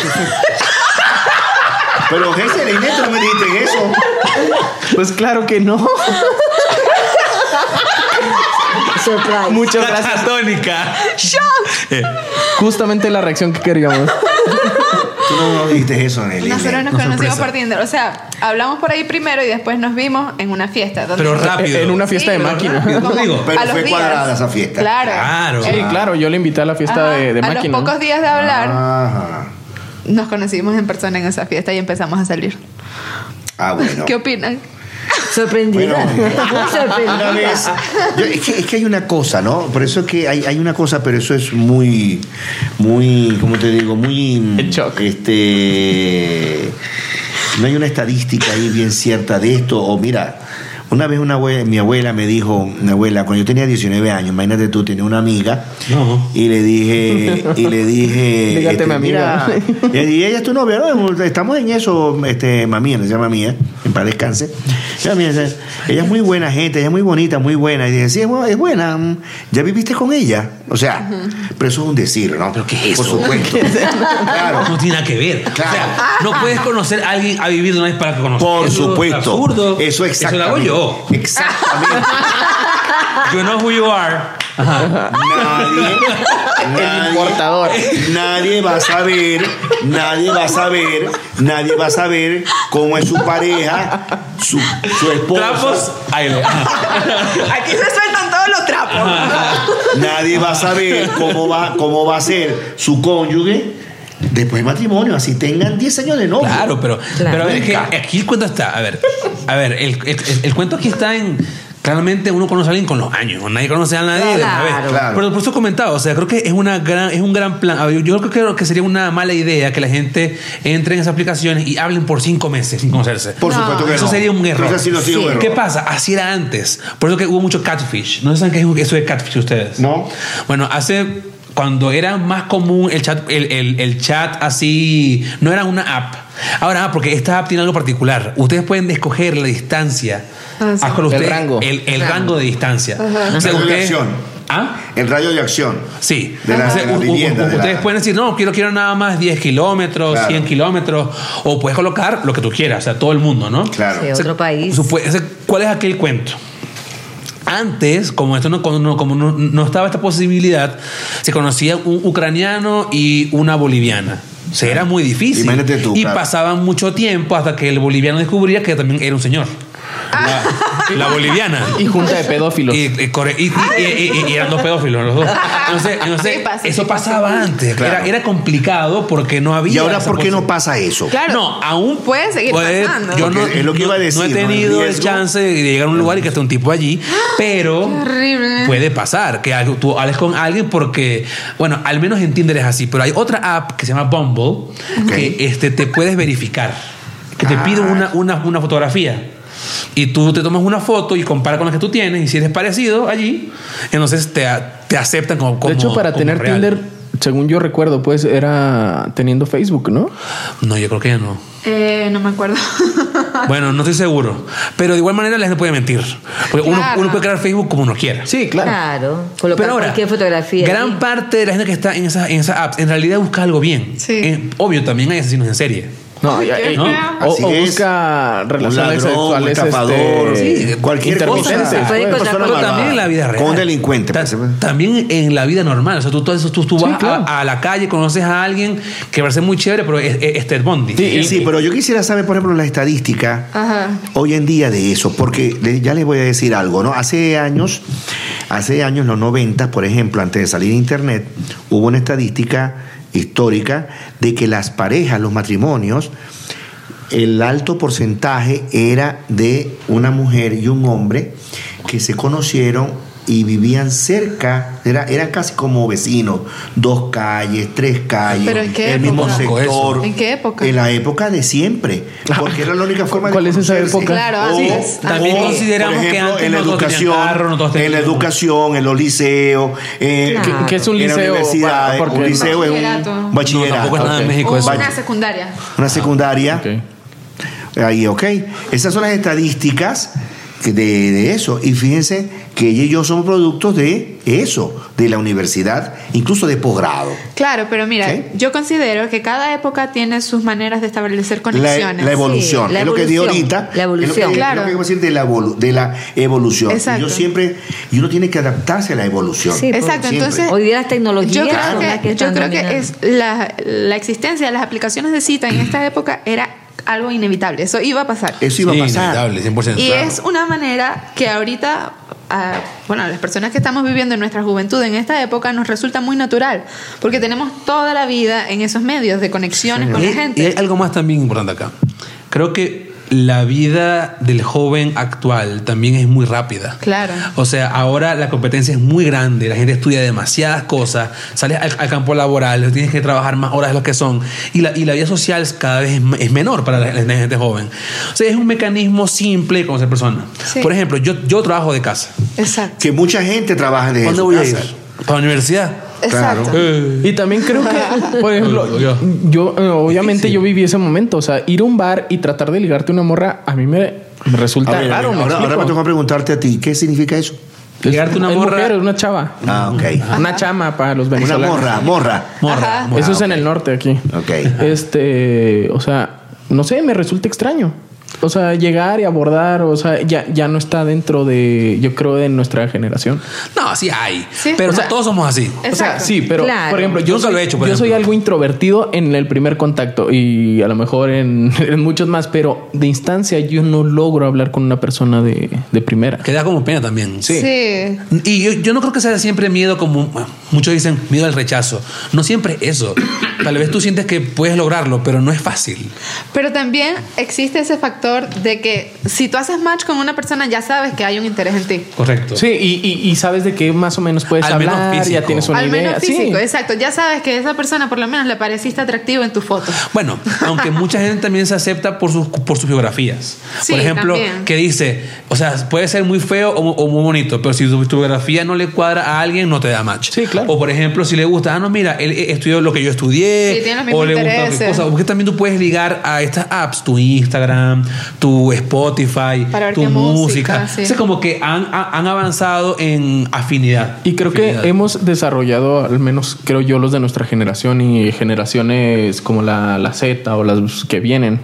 Speaker 2: (laughs) Pero Gessel, en esto no me dijiste eso.
Speaker 1: Pues claro que no.
Speaker 5: Surprise.
Speaker 1: Muchas
Speaker 3: La (laughs)
Speaker 1: gracias.
Speaker 3: chatónica. Eh,
Speaker 1: Justamente la reacción que queríamos.
Speaker 2: Tú no, no dijiste eso, Nelly.
Speaker 4: Nosotros nos
Speaker 3: Una
Speaker 4: conocimos
Speaker 3: sorpresa.
Speaker 4: por Tinder. O sea, hablamos por ahí primero y después nos vimos en una fiesta. donde-
Speaker 3: Pero rápido.
Speaker 1: En una fiesta de
Speaker 4: pero
Speaker 1: máquina.
Speaker 4: rápido, como
Speaker 3: Digo,
Speaker 2: pero
Speaker 4: a los
Speaker 2: fue
Speaker 4: días.
Speaker 2: cuadrada esa fiesta.
Speaker 4: Claro.
Speaker 3: Claro.
Speaker 1: Sí, claro, yo le invité a la fiesta
Speaker 4: Ajá,
Speaker 1: de, de
Speaker 4: Ah, a los
Speaker 1: máquina.
Speaker 4: pocos días de hablar,
Speaker 2: Ah. Ajá.
Speaker 4: nos conocimos en persona en esa fiesta y empezamos a salir.
Speaker 2: Ah, bueno.
Speaker 4: ¿Qué opinan?
Speaker 5: Sorprendida.
Speaker 2: Bueno.
Speaker 5: Sorprendida.
Speaker 2: Una vez. yo- es, que, es que hay una cosa, ¿no? Por eso es que hay, hay una cosa, pero eso es muy, muy, ¿cómo te digo? Muy. mm,
Speaker 1: El shock.
Speaker 2: Este. No hay una estadística ahí bien cierta de esto, o mira. Una vez una abue- mi abuela me dijo, mi abuela, cuando yo tenía 19 años, imagínate tú, tenía una amiga
Speaker 3: No.
Speaker 2: y le dije, y le dije, este,
Speaker 1: Dígate, mi amiga.
Speaker 2: mira, (laughs) y- y ella es tu novia, ¿no? estamos en eso, este, mamía, se llama mía, en paz descanse. Ella, mía, ella- ella es muy buena gente, ella es muy bonita, muy buena. Y dije, sí, es bu- es buena, mm, ya viviste con ella. O sea, pero eso es un decir, ¿no?
Speaker 3: ¿Pero qué es
Speaker 2: Por
Speaker 3: (laughs) eso?
Speaker 2: supuesto. claro.
Speaker 3: No tiene nada que ver.
Speaker 2: Claro.
Speaker 3: O sea, no puedes conocer a alguien a vivir de una vez para conocer.
Speaker 2: Por
Speaker 3: Eso es
Speaker 2: supuesto.
Speaker 3: absurdo.
Speaker 2: Eso exactamente.
Speaker 3: Eso lo hago
Speaker 2: Exactamente.
Speaker 3: yo. You know who you are. (laughs)
Speaker 2: Nadie,
Speaker 1: El
Speaker 2: nadie,
Speaker 1: importador.
Speaker 2: nadie va a saber, nadie va a saber, nadie va a saber cómo es su pareja, su, su esposa.
Speaker 3: Trapos, ah, aire.
Speaker 6: Aquí se sueltan todos los trapos.
Speaker 2: Nadie va a saber cómo va, cómo va a ser su cónyuge después del matrimonio, así tengan 10 años de novio.
Speaker 3: Claro, pero, pero a ver, es que aquí el cuento está. A ver, a ver, el, el- el- el cuento aquí está en. Claramente uno conoce a alguien con los años, nadie conoce a nadie de una vez.
Speaker 5: Claro.
Speaker 2: Claro.
Speaker 3: Pero por eso comentaba, o sea, creo que es una gran, es un gran plan. A ver, Yo creo que, creo que sería una mala idea que la gente entre en esas aplicaciones y hablen por cinco meses sin conocerse.
Speaker 2: Por supuesto que
Speaker 3: Eso
Speaker 2: no.
Speaker 3: sería un error.
Speaker 2: Eso sí no sería
Speaker 5: Sí.
Speaker 2: un error.
Speaker 3: ¿Qué pasa? Así era antes. Por eso que hubo mucho catfish. ¿No saben qué es eso de catfish ustedes?
Speaker 2: No.
Speaker 3: Bueno, hace cuando era más común el chat, el, el- el chat así, no era una app. Ahora, ah, porque esta app tiene algo particular. Ustedes pueden escoger la distancia.
Speaker 4: Ah, sí.
Speaker 3: Ah, con ustedes-
Speaker 1: rango.
Speaker 3: El, el rango de distancia. O
Speaker 2: Rango de
Speaker 3: ustedes-
Speaker 2: acción.
Speaker 3: ¿ah,
Speaker 2: El rayo de acción.
Speaker 3: Sí.
Speaker 2: De la-
Speaker 3: Entonces,
Speaker 2: de la
Speaker 3: u- u-
Speaker 2: vivienda, de la-
Speaker 3: ustedes pueden decir, no, quiero, quiero nada más 10 kilómetros,
Speaker 2: Claro.
Speaker 3: 100 kilómetros, o puedes colocar lo que tú quieras, o sea, todo el mundo, ¿no?
Speaker 2: Claro.
Speaker 5: Sí. de otro país.
Speaker 3: supue- o sea, ¿Cuál es aquel cuento? Antes, como esto no, como no, como no- no estaba esta posibilidad, se conocía un ucraniano y una boliviana. O sea, era muy difícil.
Speaker 2: Imagínate tú,
Speaker 3: y
Speaker 2: claro.
Speaker 3: pasaba mucho tiempo hasta que el boliviano descubría que también era un señor. La, la boliviana.
Speaker 1: Y junta de pedófilos.
Speaker 3: Y, y corre- y- y- y- y- y eran dos pedófilos los dos. Entonces, entonces,
Speaker 4: Sí pasa,
Speaker 3: eso
Speaker 4: sí pasa.
Speaker 3: pasaba antes.
Speaker 2: Claro.
Speaker 3: Era, era complicado porque no había.
Speaker 2: ¿Y ahora
Speaker 3: esa
Speaker 2: por qué no
Speaker 3: posi-
Speaker 2: pasa eso?
Speaker 4: Claro.
Speaker 3: No, aún
Speaker 4: Puede seguir pasando.
Speaker 3: Yo
Speaker 2: Porque
Speaker 3: no,
Speaker 2: es lo que
Speaker 3: no-
Speaker 2: iba a decir,
Speaker 3: no he
Speaker 2: ¿no? El
Speaker 3: tenido el
Speaker 2: riesgo.
Speaker 3: chance de llegar a un lugar y que esté un tipo
Speaker 4: (gasps)
Speaker 3: allí, pero
Speaker 4: Qué horrible.
Speaker 3: puede pasar que algo- tú hables con alguien porque, bueno, al menos en Tinder es así, pero hay otra app que se llama Bumble que este, te puedes verificar, que te pide
Speaker 4: Ah.
Speaker 3: una, una, una fotografía. Y tú te tomas una foto y compara con la que tú tienes y si eres parecido allí, entonces te, a- te aceptan como, como
Speaker 1: de hecho, para
Speaker 3: como
Speaker 1: tener
Speaker 3: real.
Speaker 1: Tinder, según yo recuerdo, pues era teniendo Facebook, ¿no?
Speaker 3: No, yo creo que ya no.
Speaker 4: Eh, no me acuerdo. (laughs)
Speaker 3: (laughs) Bueno, no estoy seguro. Pero de igual manera la gente puede mentir. Porque uno,
Speaker 4: Claro.
Speaker 3: uno puede crear Facebook como uno quiera.
Speaker 1: Sí,
Speaker 4: Ah.
Speaker 5: Claro. Colocar
Speaker 3: Pero ahora,
Speaker 5: cualquier fotografía.
Speaker 3: gran
Speaker 5: ahí.
Speaker 3: parte de la gente que está en esas, en esas apps en realidad busca algo bien.
Speaker 4: Sí.
Speaker 3: Eh, obveo, también hay asesinos en serie.
Speaker 1: No, ya-
Speaker 4: qué
Speaker 1: eh,
Speaker 3: ¿no?
Speaker 4: feo.
Speaker 1: O,
Speaker 2: Así
Speaker 1: o
Speaker 2: es.
Speaker 1: busca relaciones
Speaker 2: un ladrón, un
Speaker 3: este,
Speaker 1: sexuales.
Speaker 2: estafador,
Speaker 1: este,
Speaker 2: cualquier cosa.
Speaker 1: intermitentes,
Speaker 5: Puede
Speaker 2: Una
Speaker 1: pues.
Speaker 5: encontrar
Speaker 2: persona
Speaker 5: con-
Speaker 3: Pero
Speaker 2: malvada.
Speaker 3: también en la vida real.
Speaker 2: Con un delincuente.
Speaker 3: Ta-
Speaker 2: pues.
Speaker 3: también en la vida normal. O sea, tú, tú, tú, tú
Speaker 1: Sí,
Speaker 3: vas a-
Speaker 1: claro.
Speaker 3: a, la calle, conoces a alguien que parece muy chévere, pero es, es, es Ted Bundy.
Speaker 1: Sí, y-
Speaker 2: Sí, pero yo quisiera saber, por ejemplo, la estadística
Speaker 4: Ajá.
Speaker 2: hoy en día de eso, porque le- ya les voy a decir algo, ¿no? Hace años, hace años, los 90, por ejemplo, antes de salir a Internet, hubo una estadística histórica de que las parejas, los matrimonios, el alto porcentaje era de una mujer y un hombre que se conocieron y vivían cerca, era, eran casi como vecinos, dos calles, tres calles,
Speaker 4: ¿Pero en qué
Speaker 2: el mismo
Speaker 4: época?
Speaker 2: sector.
Speaker 4: ¿En qué época?
Speaker 2: En la época de siempre, porque era la única forma de
Speaker 1: ¿Cuál es esa
Speaker 2: conocerse.
Speaker 1: época? Oh,
Speaker 4: Claro,
Speaker 2: O-
Speaker 4: antes.
Speaker 2: o,
Speaker 3: También
Speaker 2: por
Speaker 3: consideramos que
Speaker 2: ejemplo,
Speaker 3: antes
Speaker 2: en la
Speaker 3: no todos tenían
Speaker 2: educación,
Speaker 3: carro, no todos
Speaker 2: en la
Speaker 3: tenían-
Speaker 2: educación, en los liceos, eh,
Speaker 5: Claro.
Speaker 1: ¿Qué- qué es un
Speaker 2: en la
Speaker 1: liceo?
Speaker 2: universidad,
Speaker 1: Bueno, porque-
Speaker 2: un liceo es
Speaker 4: Bachillerato.
Speaker 2: un
Speaker 3: No,
Speaker 2: bachillerato,
Speaker 3: tampoco es nada en
Speaker 1: Ok.
Speaker 3: México
Speaker 4: O
Speaker 3: eso.
Speaker 4: una secundaria.
Speaker 2: una secundaria.
Speaker 1: Ok.
Speaker 2: Ahí, ok. Esas son las estadísticas de, de eso. Y fíjense que ella y yo somos productos de eso, de la universidad, incluso de posgrado.
Speaker 4: Claro, pero mira,
Speaker 2: ¿Sí?
Speaker 4: yo considero que cada época tiene sus maneras de
Speaker 2: La,
Speaker 4: establecer
Speaker 2: e-
Speaker 4: conexiones.
Speaker 2: la evolución.
Speaker 5: Sí, la
Speaker 2: es lo que di
Speaker 5: evolución.
Speaker 2: ahorita.
Speaker 5: La evolución.
Speaker 2: Es lo que, es lo que
Speaker 4: Claro.
Speaker 2: iba a decir de la, evolu- de la evolución.
Speaker 4: Exacto.
Speaker 2: Y yo siempre, y uno tiene que adaptarse a la evolución.
Speaker 5: Sí,
Speaker 4: Exacto,
Speaker 2: Siempre.
Speaker 4: entonces
Speaker 5: Hoy día las tecnologías son
Speaker 4: yo creo
Speaker 5: las
Speaker 4: que,
Speaker 5: que
Speaker 4: yo
Speaker 5: están
Speaker 4: creo que
Speaker 5: dominando.
Speaker 4: es la, la existencia de las aplicaciones de cita en esta época era algo inevitable. Eso iba a pasar.
Speaker 2: Eso iba a
Speaker 3: Sí,
Speaker 2: pasar.
Speaker 3: inevitable, 100%.
Speaker 4: Y
Speaker 3: claro.
Speaker 4: es una manera que ahorita, ah, bueno, a las personas que estamos viviendo en nuestra juventud, en esta época, nos resulta muy natural, porque tenemos toda la vida en esos medios de conexiones con
Speaker 3: Y
Speaker 4: la
Speaker 3: hay- Y hay
Speaker 4: gente.
Speaker 3: algo más también importante acá. Creo que la vida del joven actual también es muy rápida.
Speaker 4: Claro.
Speaker 3: O sea, ahora la competencia es muy grande, la gente estudia demasiadas cosas, sales al, al campo laboral, tienes que trabajar más horas de lo que son, y la, y la vida social cada vez es, m- es menor para la, la gente joven. O sea, es un mecanismo simple de conocer personas.
Speaker 4: Sí.
Speaker 3: Por ejemplo, yo, yo trabajo de casa.
Speaker 4: Exacto.
Speaker 2: Que mucha gente trabaja desde
Speaker 3: ¿Cuándo
Speaker 2: su
Speaker 3: voy a ir?
Speaker 2: casa.
Speaker 3: ¿Para la universidad?
Speaker 2: Claro.
Speaker 4: Exacto.
Speaker 1: Y también creo
Speaker 2: (laughs)
Speaker 1: que, por ejemplo,
Speaker 3: Yo.
Speaker 1: yo, eh, obviamente yo viví ese momento. O sea, ir a un bar y tratar de ligarte una morra, a mí me, me resulta
Speaker 2: A ver,
Speaker 1: raro. me
Speaker 2: ahora, ahora
Speaker 1: explico.
Speaker 2: me toca preguntarte a ti, ¿qué significa eso?
Speaker 1: Es-
Speaker 3: Ligarte una
Speaker 1: es
Speaker 3: morra.
Speaker 1: mujer, una chava.
Speaker 2: Ah, ok.
Speaker 1: Una chama para los
Speaker 2: Una
Speaker 1: venezolanos.
Speaker 2: morra, morra.
Speaker 3: Morra. morra.
Speaker 1: Eso es en el norte aquí.
Speaker 2: Ok.
Speaker 1: Este, o sea, no sé, me resulta extraño. O sea, llegar y abordar, o sea, ya, ya no está dentro de, yo creo, de nuestra generación.
Speaker 3: No, sí hay.
Speaker 4: Sí.
Speaker 3: Pero
Speaker 4: O sea,
Speaker 3: todos somos así.
Speaker 1: O sea,
Speaker 4: Exacto.
Speaker 1: sí, pero
Speaker 5: Claro.
Speaker 1: por ejemplo, yo,
Speaker 3: Nunca
Speaker 1: soy,
Speaker 3: lo he hecho, por
Speaker 1: yo soy
Speaker 3: ejemplo.
Speaker 1: algo introvertido en el primer contacto y a lo mejor en, (laughs) en muchos más, pero de instancia yo no logro hablar con una persona de, de primera.
Speaker 3: Queda como pena también.
Speaker 4: Sí.
Speaker 3: Y yo, yo no creo que sea siempre miedo como bueno, muchos dicen miedo al rechazo. No siempre es eso. Tal vez tú sientes que puedes lograrlo, pero no es fácil.
Speaker 4: Pero también existe ese factor de que si tú haces match con una persona, ya sabes que hay un interés en ti.
Speaker 3: Correcto.
Speaker 1: Sí, y, y- y sabes de qué más o menos puedes
Speaker 3: Al menos
Speaker 1: hablar,
Speaker 3: físico.
Speaker 1: ya tienes una
Speaker 4: Al
Speaker 1: idea.
Speaker 4: menos
Speaker 1: Sí.
Speaker 4: físico, exacto. Ya sabes que esa persona por lo menos le pareciste atractivo en tu foto.
Speaker 3: Bueno,
Speaker 4: (laughs)
Speaker 3: aunque mucha gente también se acepta por sus, por sus biografías.
Speaker 4: Sí,
Speaker 3: por ejemplo,
Speaker 4: también.
Speaker 3: que dice, o sea, puede ser muy feo o, mu- o muy bonito, pero si tu, tu biografía no le cuadra a alguien, no te da match.
Speaker 1: Sí, claro.
Speaker 3: O por ejemplo, si le gusta, ah, no, mira, él eh, estudió lo que yo
Speaker 4: Sí,
Speaker 3: estudié,
Speaker 4: tiene los
Speaker 3: o
Speaker 4: mismos
Speaker 3: le gusta
Speaker 4: intereses.
Speaker 3: otra cosa. Porque también tú puedes ligar a estas apps, tu Instagram, tu Spotify,
Speaker 4: Para ver
Speaker 3: tu
Speaker 4: qué música,
Speaker 3: música.
Speaker 4: sí.
Speaker 3: O sea, como que han, ha- han avanzado en afinidad.
Speaker 1: Y creo que
Speaker 3: Afinidad.
Speaker 1: hemos desarrollado, al menos creo yo, los de nuestra generación y generaciones como la, la Z o las que
Speaker 3: (laughs)
Speaker 1: vienen,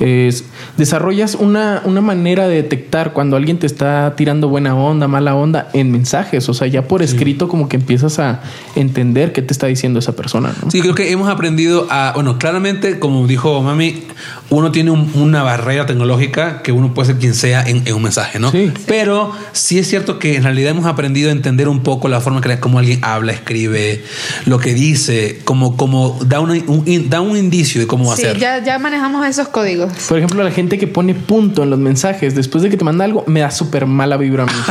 Speaker 1: es, desarrollas una, una manera de detectar cuando alguien te está tirando buena onda, mala onda en mensajes. O sea, ya por escrito como que empiezas a entender qué te está diciendo esa persona. ¿no?
Speaker 3: Sí, creo que hemos aprendido a, bueno, claramente, como dijo Mami, uno tiene un- una barrera tecnológica que uno puede ser quien sea en, en un mensaje, ¿no?
Speaker 1: Sí.
Speaker 3: Pero sí es cierto que en realidad hemos aprendido a entender un poco la forma en que como alguien habla, escribe, lo que dice, como, como da, una- un, in- da un indicio de cómo
Speaker 4: Sí,
Speaker 3: hacer.
Speaker 4: ya, ya manejamos esos códigos.
Speaker 3: (laughs)
Speaker 1: Por ejemplo, la gente que pone punto en los mensajes después de que te manda algo, me da súper mala vibra a mí.
Speaker 3: (laughs)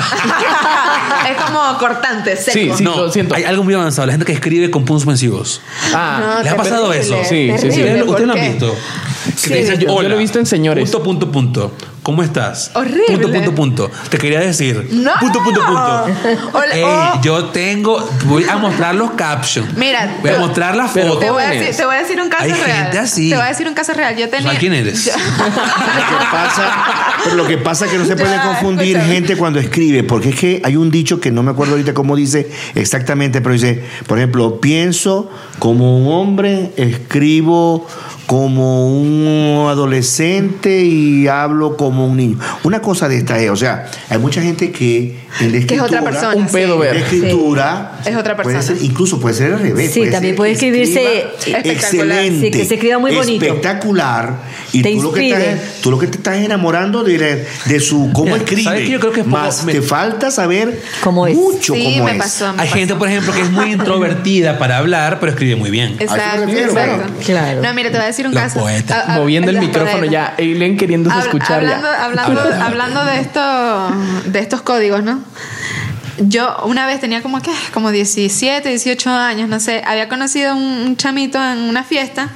Speaker 6: es como cortante, seco.
Speaker 1: Sí, sí,
Speaker 3: no,
Speaker 1: lo siento.
Speaker 3: hay algo muy avanzado, la gente que escribe con puntos suspensivos.
Speaker 1: Ah,
Speaker 3: ¿les ha pasado eso?
Speaker 1: Sí, sí, sí. Ustedes
Speaker 4: terrible, ¿por
Speaker 3: ¿Usted lo han
Speaker 4: qué?
Speaker 3: visto? Que te
Speaker 4: Sí.
Speaker 3: dicen,
Speaker 1: Yo- yo
Speaker 3: "Hola,
Speaker 1: lo he visto en señores.
Speaker 3: Punto, punto, punto. ¿Cómo estás?
Speaker 4: Horrible.
Speaker 3: Punto, punto, punto. Te quería decir.
Speaker 6: No.
Speaker 3: Punto, punto,
Speaker 4: (laughs)
Speaker 3: punto.
Speaker 6: Hola,
Speaker 3: Ey,
Speaker 6: oh.
Speaker 3: yo tengo. Voy a mostrar los captions.
Speaker 4: Mira,
Speaker 3: Voy a
Speaker 4: te-
Speaker 3: mostrar las
Speaker 1: pero-
Speaker 3: fotos.
Speaker 4: Te voy, a
Speaker 1: Jóvenes.
Speaker 4: decir, te voy a decir un caso
Speaker 3: Hay
Speaker 4: real.
Speaker 3: gente así.
Speaker 4: Te voy a decir un caso real. (laughs) Yo
Speaker 3: O
Speaker 4: tenía.
Speaker 3: sea, ¿Quién eres?
Speaker 2: Lo que pasa, pero lo que pasa es que no se puede
Speaker 4: Ya,
Speaker 2: confundir
Speaker 4: escúchame.
Speaker 2: gente cuando escribe, porque es que hay un dicho que no me acuerdo ahorita cómo dice exactamente, pero dice, por ejemplo, pienso como un hombre, escribo como un adolescente y hablo como un niño. Una cosa de esta es, o sea, hay mucha gente que en la
Speaker 4: Que es otra
Speaker 2: escritura-
Speaker 4: persona,
Speaker 1: un pedo
Speaker 2: en la
Speaker 1: ver.
Speaker 2: escritura
Speaker 4: Sí. Es otra
Speaker 2: puede
Speaker 4: persona.
Speaker 2: ser- incluso puede ser al revés.
Speaker 5: Sí, también
Speaker 2: ser
Speaker 5: puede
Speaker 2: que
Speaker 5: escribirse
Speaker 2: escriba
Speaker 5: espectacular.
Speaker 2: excelente,
Speaker 5: Sí, que se escriba muy bonito.
Speaker 2: espectacular y
Speaker 5: Te
Speaker 2: tú lo que
Speaker 5: inspire.
Speaker 2: estás tú lo que te estás enamorando de, la- de
Speaker 3: (laughs)
Speaker 2: su cómo
Speaker 3: Mira,
Speaker 2: escribe.
Speaker 3: ¿sabes qué? Yo creo que es poco-
Speaker 2: Más
Speaker 3: me-
Speaker 2: te falta saber
Speaker 5: ¿Cómo es?
Speaker 2: mucho
Speaker 4: Sí,
Speaker 2: cómo
Speaker 4: me
Speaker 2: es.
Speaker 4: pasó. me
Speaker 3: Hay
Speaker 4: pasó.
Speaker 3: gente, por ejemplo, que es muy introvertida para hablar, pero escribe muy bien.
Speaker 4: Exacto,
Speaker 2: me refiero,
Speaker 4: exacto.
Speaker 5: claro. Claro.
Speaker 4: No, mira, te voy a decir un
Speaker 3: Los
Speaker 4: caso. Ah,
Speaker 3: poetas.
Speaker 4: A- a-
Speaker 1: moviendo el
Speaker 4: los
Speaker 1: micrófono
Speaker 4: poetas.
Speaker 1: ya, Eileen queriéndose
Speaker 4: Hab-
Speaker 1: escuchar
Speaker 4: hablando,
Speaker 1: ya.
Speaker 4: Hablando, hablando de esto, de estos códigos, ¿no? Yo una vez tenía como que como 17, 18 años, no sé, había conocido un, un chamito en una fiesta.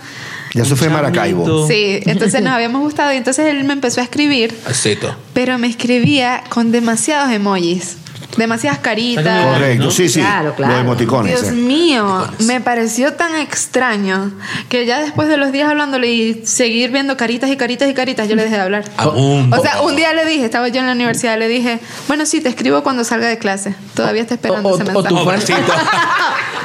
Speaker 2: Ya eso fue en Maracaibo.
Speaker 3: Chamito.
Speaker 4: Sí, entonces nos habíamos gustado y entonces él me empezó a escribir,
Speaker 3: Aceto.
Speaker 4: pero me escribía con demasiados emojis, demasiadas caritas.
Speaker 2: Correcto,
Speaker 3: ¿no?
Speaker 2: sí, sí.
Speaker 5: Claro, claro.
Speaker 2: Los emoticones.
Speaker 4: Dios
Speaker 2: eh.
Speaker 4: mío, me pareció tan extraño que ya después de los días hablándole y seguir viendo caritas y caritas y caritas, yo le dejé de hablar.
Speaker 3: Aún.
Speaker 4: O sea, un día le dije, estaba yo en la universidad, le dije, bueno, sí, te escribo cuando salga de clase. Todavía está esperando
Speaker 1: O- o-
Speaker 4: ese
Speaker 1: o
Speaker 4: mensaje.
Speaker 1: tu fan-
Speaker 4: (laughs)
Speaker 3: Pobrecito.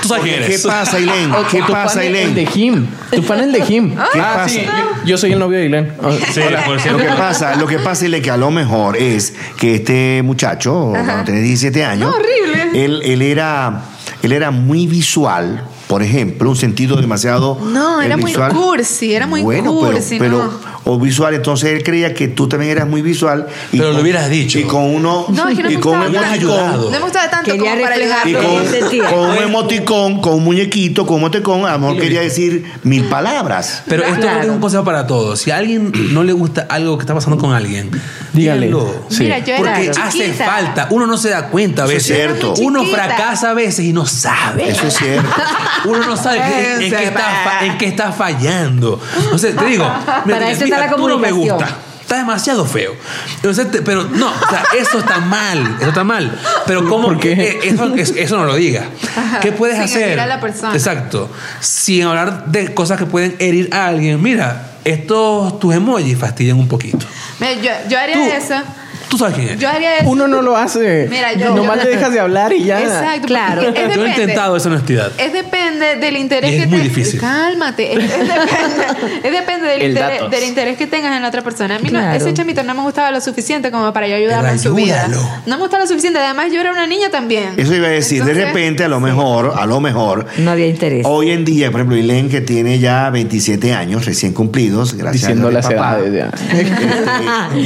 Speaker 3: Tú sabes quién
Speaker 2: ¿Qué
Speaker 3: eres.
Speaker 2: pasa, Ailén?
Speaker 1: O-
Speaker 2: ¿Qué
Speaker 1: o tu
Speaker 2: pasa,
Speaker 1: fan el- el de
Speaker 2: Ailén?
Speaker 1: Jim. Tu fan el de Jim. ah,
Speaker 2: pasa?
Speaker 1: sí. Yo, yo soy el novio de Ilen.
Speaker 3: Sí, por
Speaker 2: Lo
Speaker 3: cierto.
Speaker 2: que pasa, lo que pasa es que a lo mejor es que este muchacho, cuando tenía 17 años,
Speaker 4: No, horrible.
Speaker 2: Él, él era, él era muy visual, por ejemplo, un sentido demasiado.
Speaker 4: No,
Speaker 2: eh,
Speaker 4: era muy cursi, era muy
Speaker 2: bueno, pero-
Speaker 4: cursi,
Speaker 2: Pero,
Speaker 4: no.
Speaker 2: o visual, entonces él creía que tú también eras muy visual. Y
Speaker 3: Pero lo hubieras dicho.
Speaker 2: Y con uno.
Speaker 4: No, es que no
Speaker 2: y
Speaker 4: me
Speaker 2: con un
Speaker 4: gustaba tanto. Ah,
Speaker 2: emoticón.
Speaker 4: No me gustaba tanto
Speaker 5: Quería
Speaker 4: como para
Speaker 5: reflejar
Speaker 2: Y
Speaker 5: lo
Speaker 4: ayudarlo.
Speaker 5: que él
Speaker 2: con,
Speaker 5: sentía.
Speaker 2: con un emoticón, con un muñequito, con un emoticón, a lo mejor quería decir mil palabras.
Speaker 3: Pero esto
Speaker 5: Claro.
Speaker 3: es un consejo para todos. Si a alguien no le gusta algo que está pasando con alguien,
Speaker 1: Dígale.
Speaker 3: díganlo.
Speaker 1: Sí.
Speaker 4: Mira, yo era
Speaker 3: Porque
Speaker 5: Claro.
Speaker 3: hace
Speaker 4: chiquita.
Speaker 3: falta. Uno no se da cuenta a
Speaker 2: Eso
Speaker 3: veces.
Speaker 2: es cierto.
Speaker 3: Uno
Speaker 4: Chiquita.
Speaker 3: fracasa a veces y no sabe.
Speaker 2: Eso es cierto.
Speaker 3: Uno no sabe que- en, qué está, fa- en qué está fallando. No sé, te
Speaker 4: (laughs)
Speaker 3: digo. me
Speaker 5: Para eso
Speaker 3: dices,
Speaker 5: está la
Speaker 3: tú no me
Speaker 5: comunicación".
Speaker 3: gusta. Está demasiado feo. Entonces, te- pero no, o sea, eso está mal. Eso está mal. Pero ¿cómo?
Speaker 1: ¿Por qué?
Speaker 3: eh, Eso, es- eso no lo digas. ¿Qué puedes
Speaker 4: Sin
Speaker 3: hacer?
Speaker 4: herir a la persona.
Speaker 3: Exacto. Sin hablar de cosas que pueden herir a alguien. Mira, estos tus emojis fastidian un poquito.
Speaker 4: Mira, yo, yo haría
Speaker 3: Tú.
Speaker 4: eso.
Speaker 3: Tú sabes quién eres.
Speaker 4: Yo haría eso.
Speaker 1: Uno no lo hace.
Speaker 4: Mira, yo-
Speaker 1: Nomás
Speaker 4: yo-
Speaker 1: le dejas de hablar y ya.
Speaker 4: Exacto.
Speaker 5: Claro.
Speaker 4: porque es
Speaker 3: Yo he
Speaker 4: depende.
Speaker 3: intentado esa honestidad.
Speaker 4: Es depende del interés
Speaker 3: Y es
Speaker 4: que
Speaker 3: muy
Speaker 4: te-
Speaker 3: difícil.
Speaker 4: Cálmate. Es, es depende, es depende del,
Speaker 1: El
Speaker 4: interés,
Speaker 1: datos.
Speaker 4: del interés que tengas en la otra persona. A mí no,
Speaker 5: Claro.
Speaker 4: ese chamito no me gustaba lo suficiente como para yo ayudarlo en su vida.
Speaker 3: ayúdalo.
Speaker 4: No me gustaba lo suficiente. Además, yo era una niña también.
Speaker 2: Eso iba a decir, de
Speaker 4: Entonces,
Speaker 2: repente, a lo mejor, a lo mejor,
Speaker 5: No había interés.
Speaker 4: Oh,
Speaker 2: Hoy en día, por ejemplo, Ilen, que tiene ya 27 años recién cumplidos, gracias
Speaker 1: Diciendo
Speaker 2: a Dios
Speaker 1: las
Speaker 2: de papá.
Speaker 1: edades. ya.
Speaker 2: Este,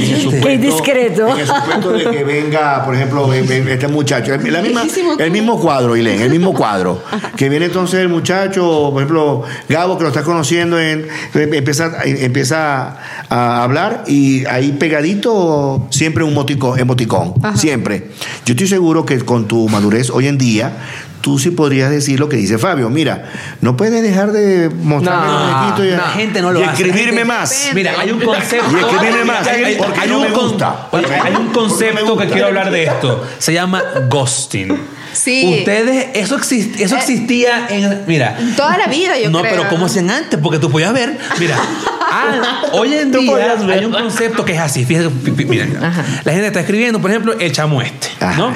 Speaker 2: en el supuesto-
Speaker 5: Qué indiscreto.
Speaker 2: En el supuesto de que venga, por ejemplo, ven- ven este muchacho. El, la misma-
Speaker 4: Viejísimo tú.
Speaker 2: el mismo cuadro, Ilen, el mismo cuadro. Que viene entonces el muchacho, por ejemplo, Gabo, que lo estás conociendo, en, empieza, empieza a hablar y ahí pegadito siempre un motico- emoticón. Siempre. Yo estoy seguro que con tu madurez hoy en día. Tú sí podrías decir lo que dice Fabio. Mira, no puedes dejar de mostrarme
Speaker 1: No,
Speaker 2: el muñequito y,
Speaker 3: Ah, La gente no lo
Speaker 2: y
Speaker 3: hace.
Speaker 2: escribirme
Speaker 3: La gente-
Speaker 2: más.
Speaker 3: Mira, hay un concepto.
Speaker 2: Y escribirme más,
Speaker 3: Hay- hay-
Speaker 2: porque
Speaker 3: hay
Speaker 2: no
Speaker 3: un
Speaker 2: me
Speaker 3: con-
Speaker 2: gusta.
Speaker 3: Oye, Hay un
Speaker 2: Porque
Speaker 3: concepto
Speaker 2: no me
Speaker 3: que
Speaker 2: gusta.
Speaker 3: quiero hablar de esto. Se llama ghosting.
Speaker 4: Sí.
Speaker 3: Ustedes, eso, exist- eso
Speaker 4: Eh,
Speaker 3: existía en. Mira.
Speaker 4: Toda la vida, yo
Speaker 3: no,
Speaker 4: creo.
Speaker 3: pero ¿cómo hacían antes? Porque tú podías ver. Mira.
Speaker 4: (laughs)
Speaker 3: ah, hoy en día hay un concepto que es así. Fíjate, pi- pi- mira, mira.
Speaker 5: Ajá.
Speaker 3: la gente está escribiendo, por ejemplo, el chamo este,
Speaker 2: Ajá.
Speaker 3: ¿no?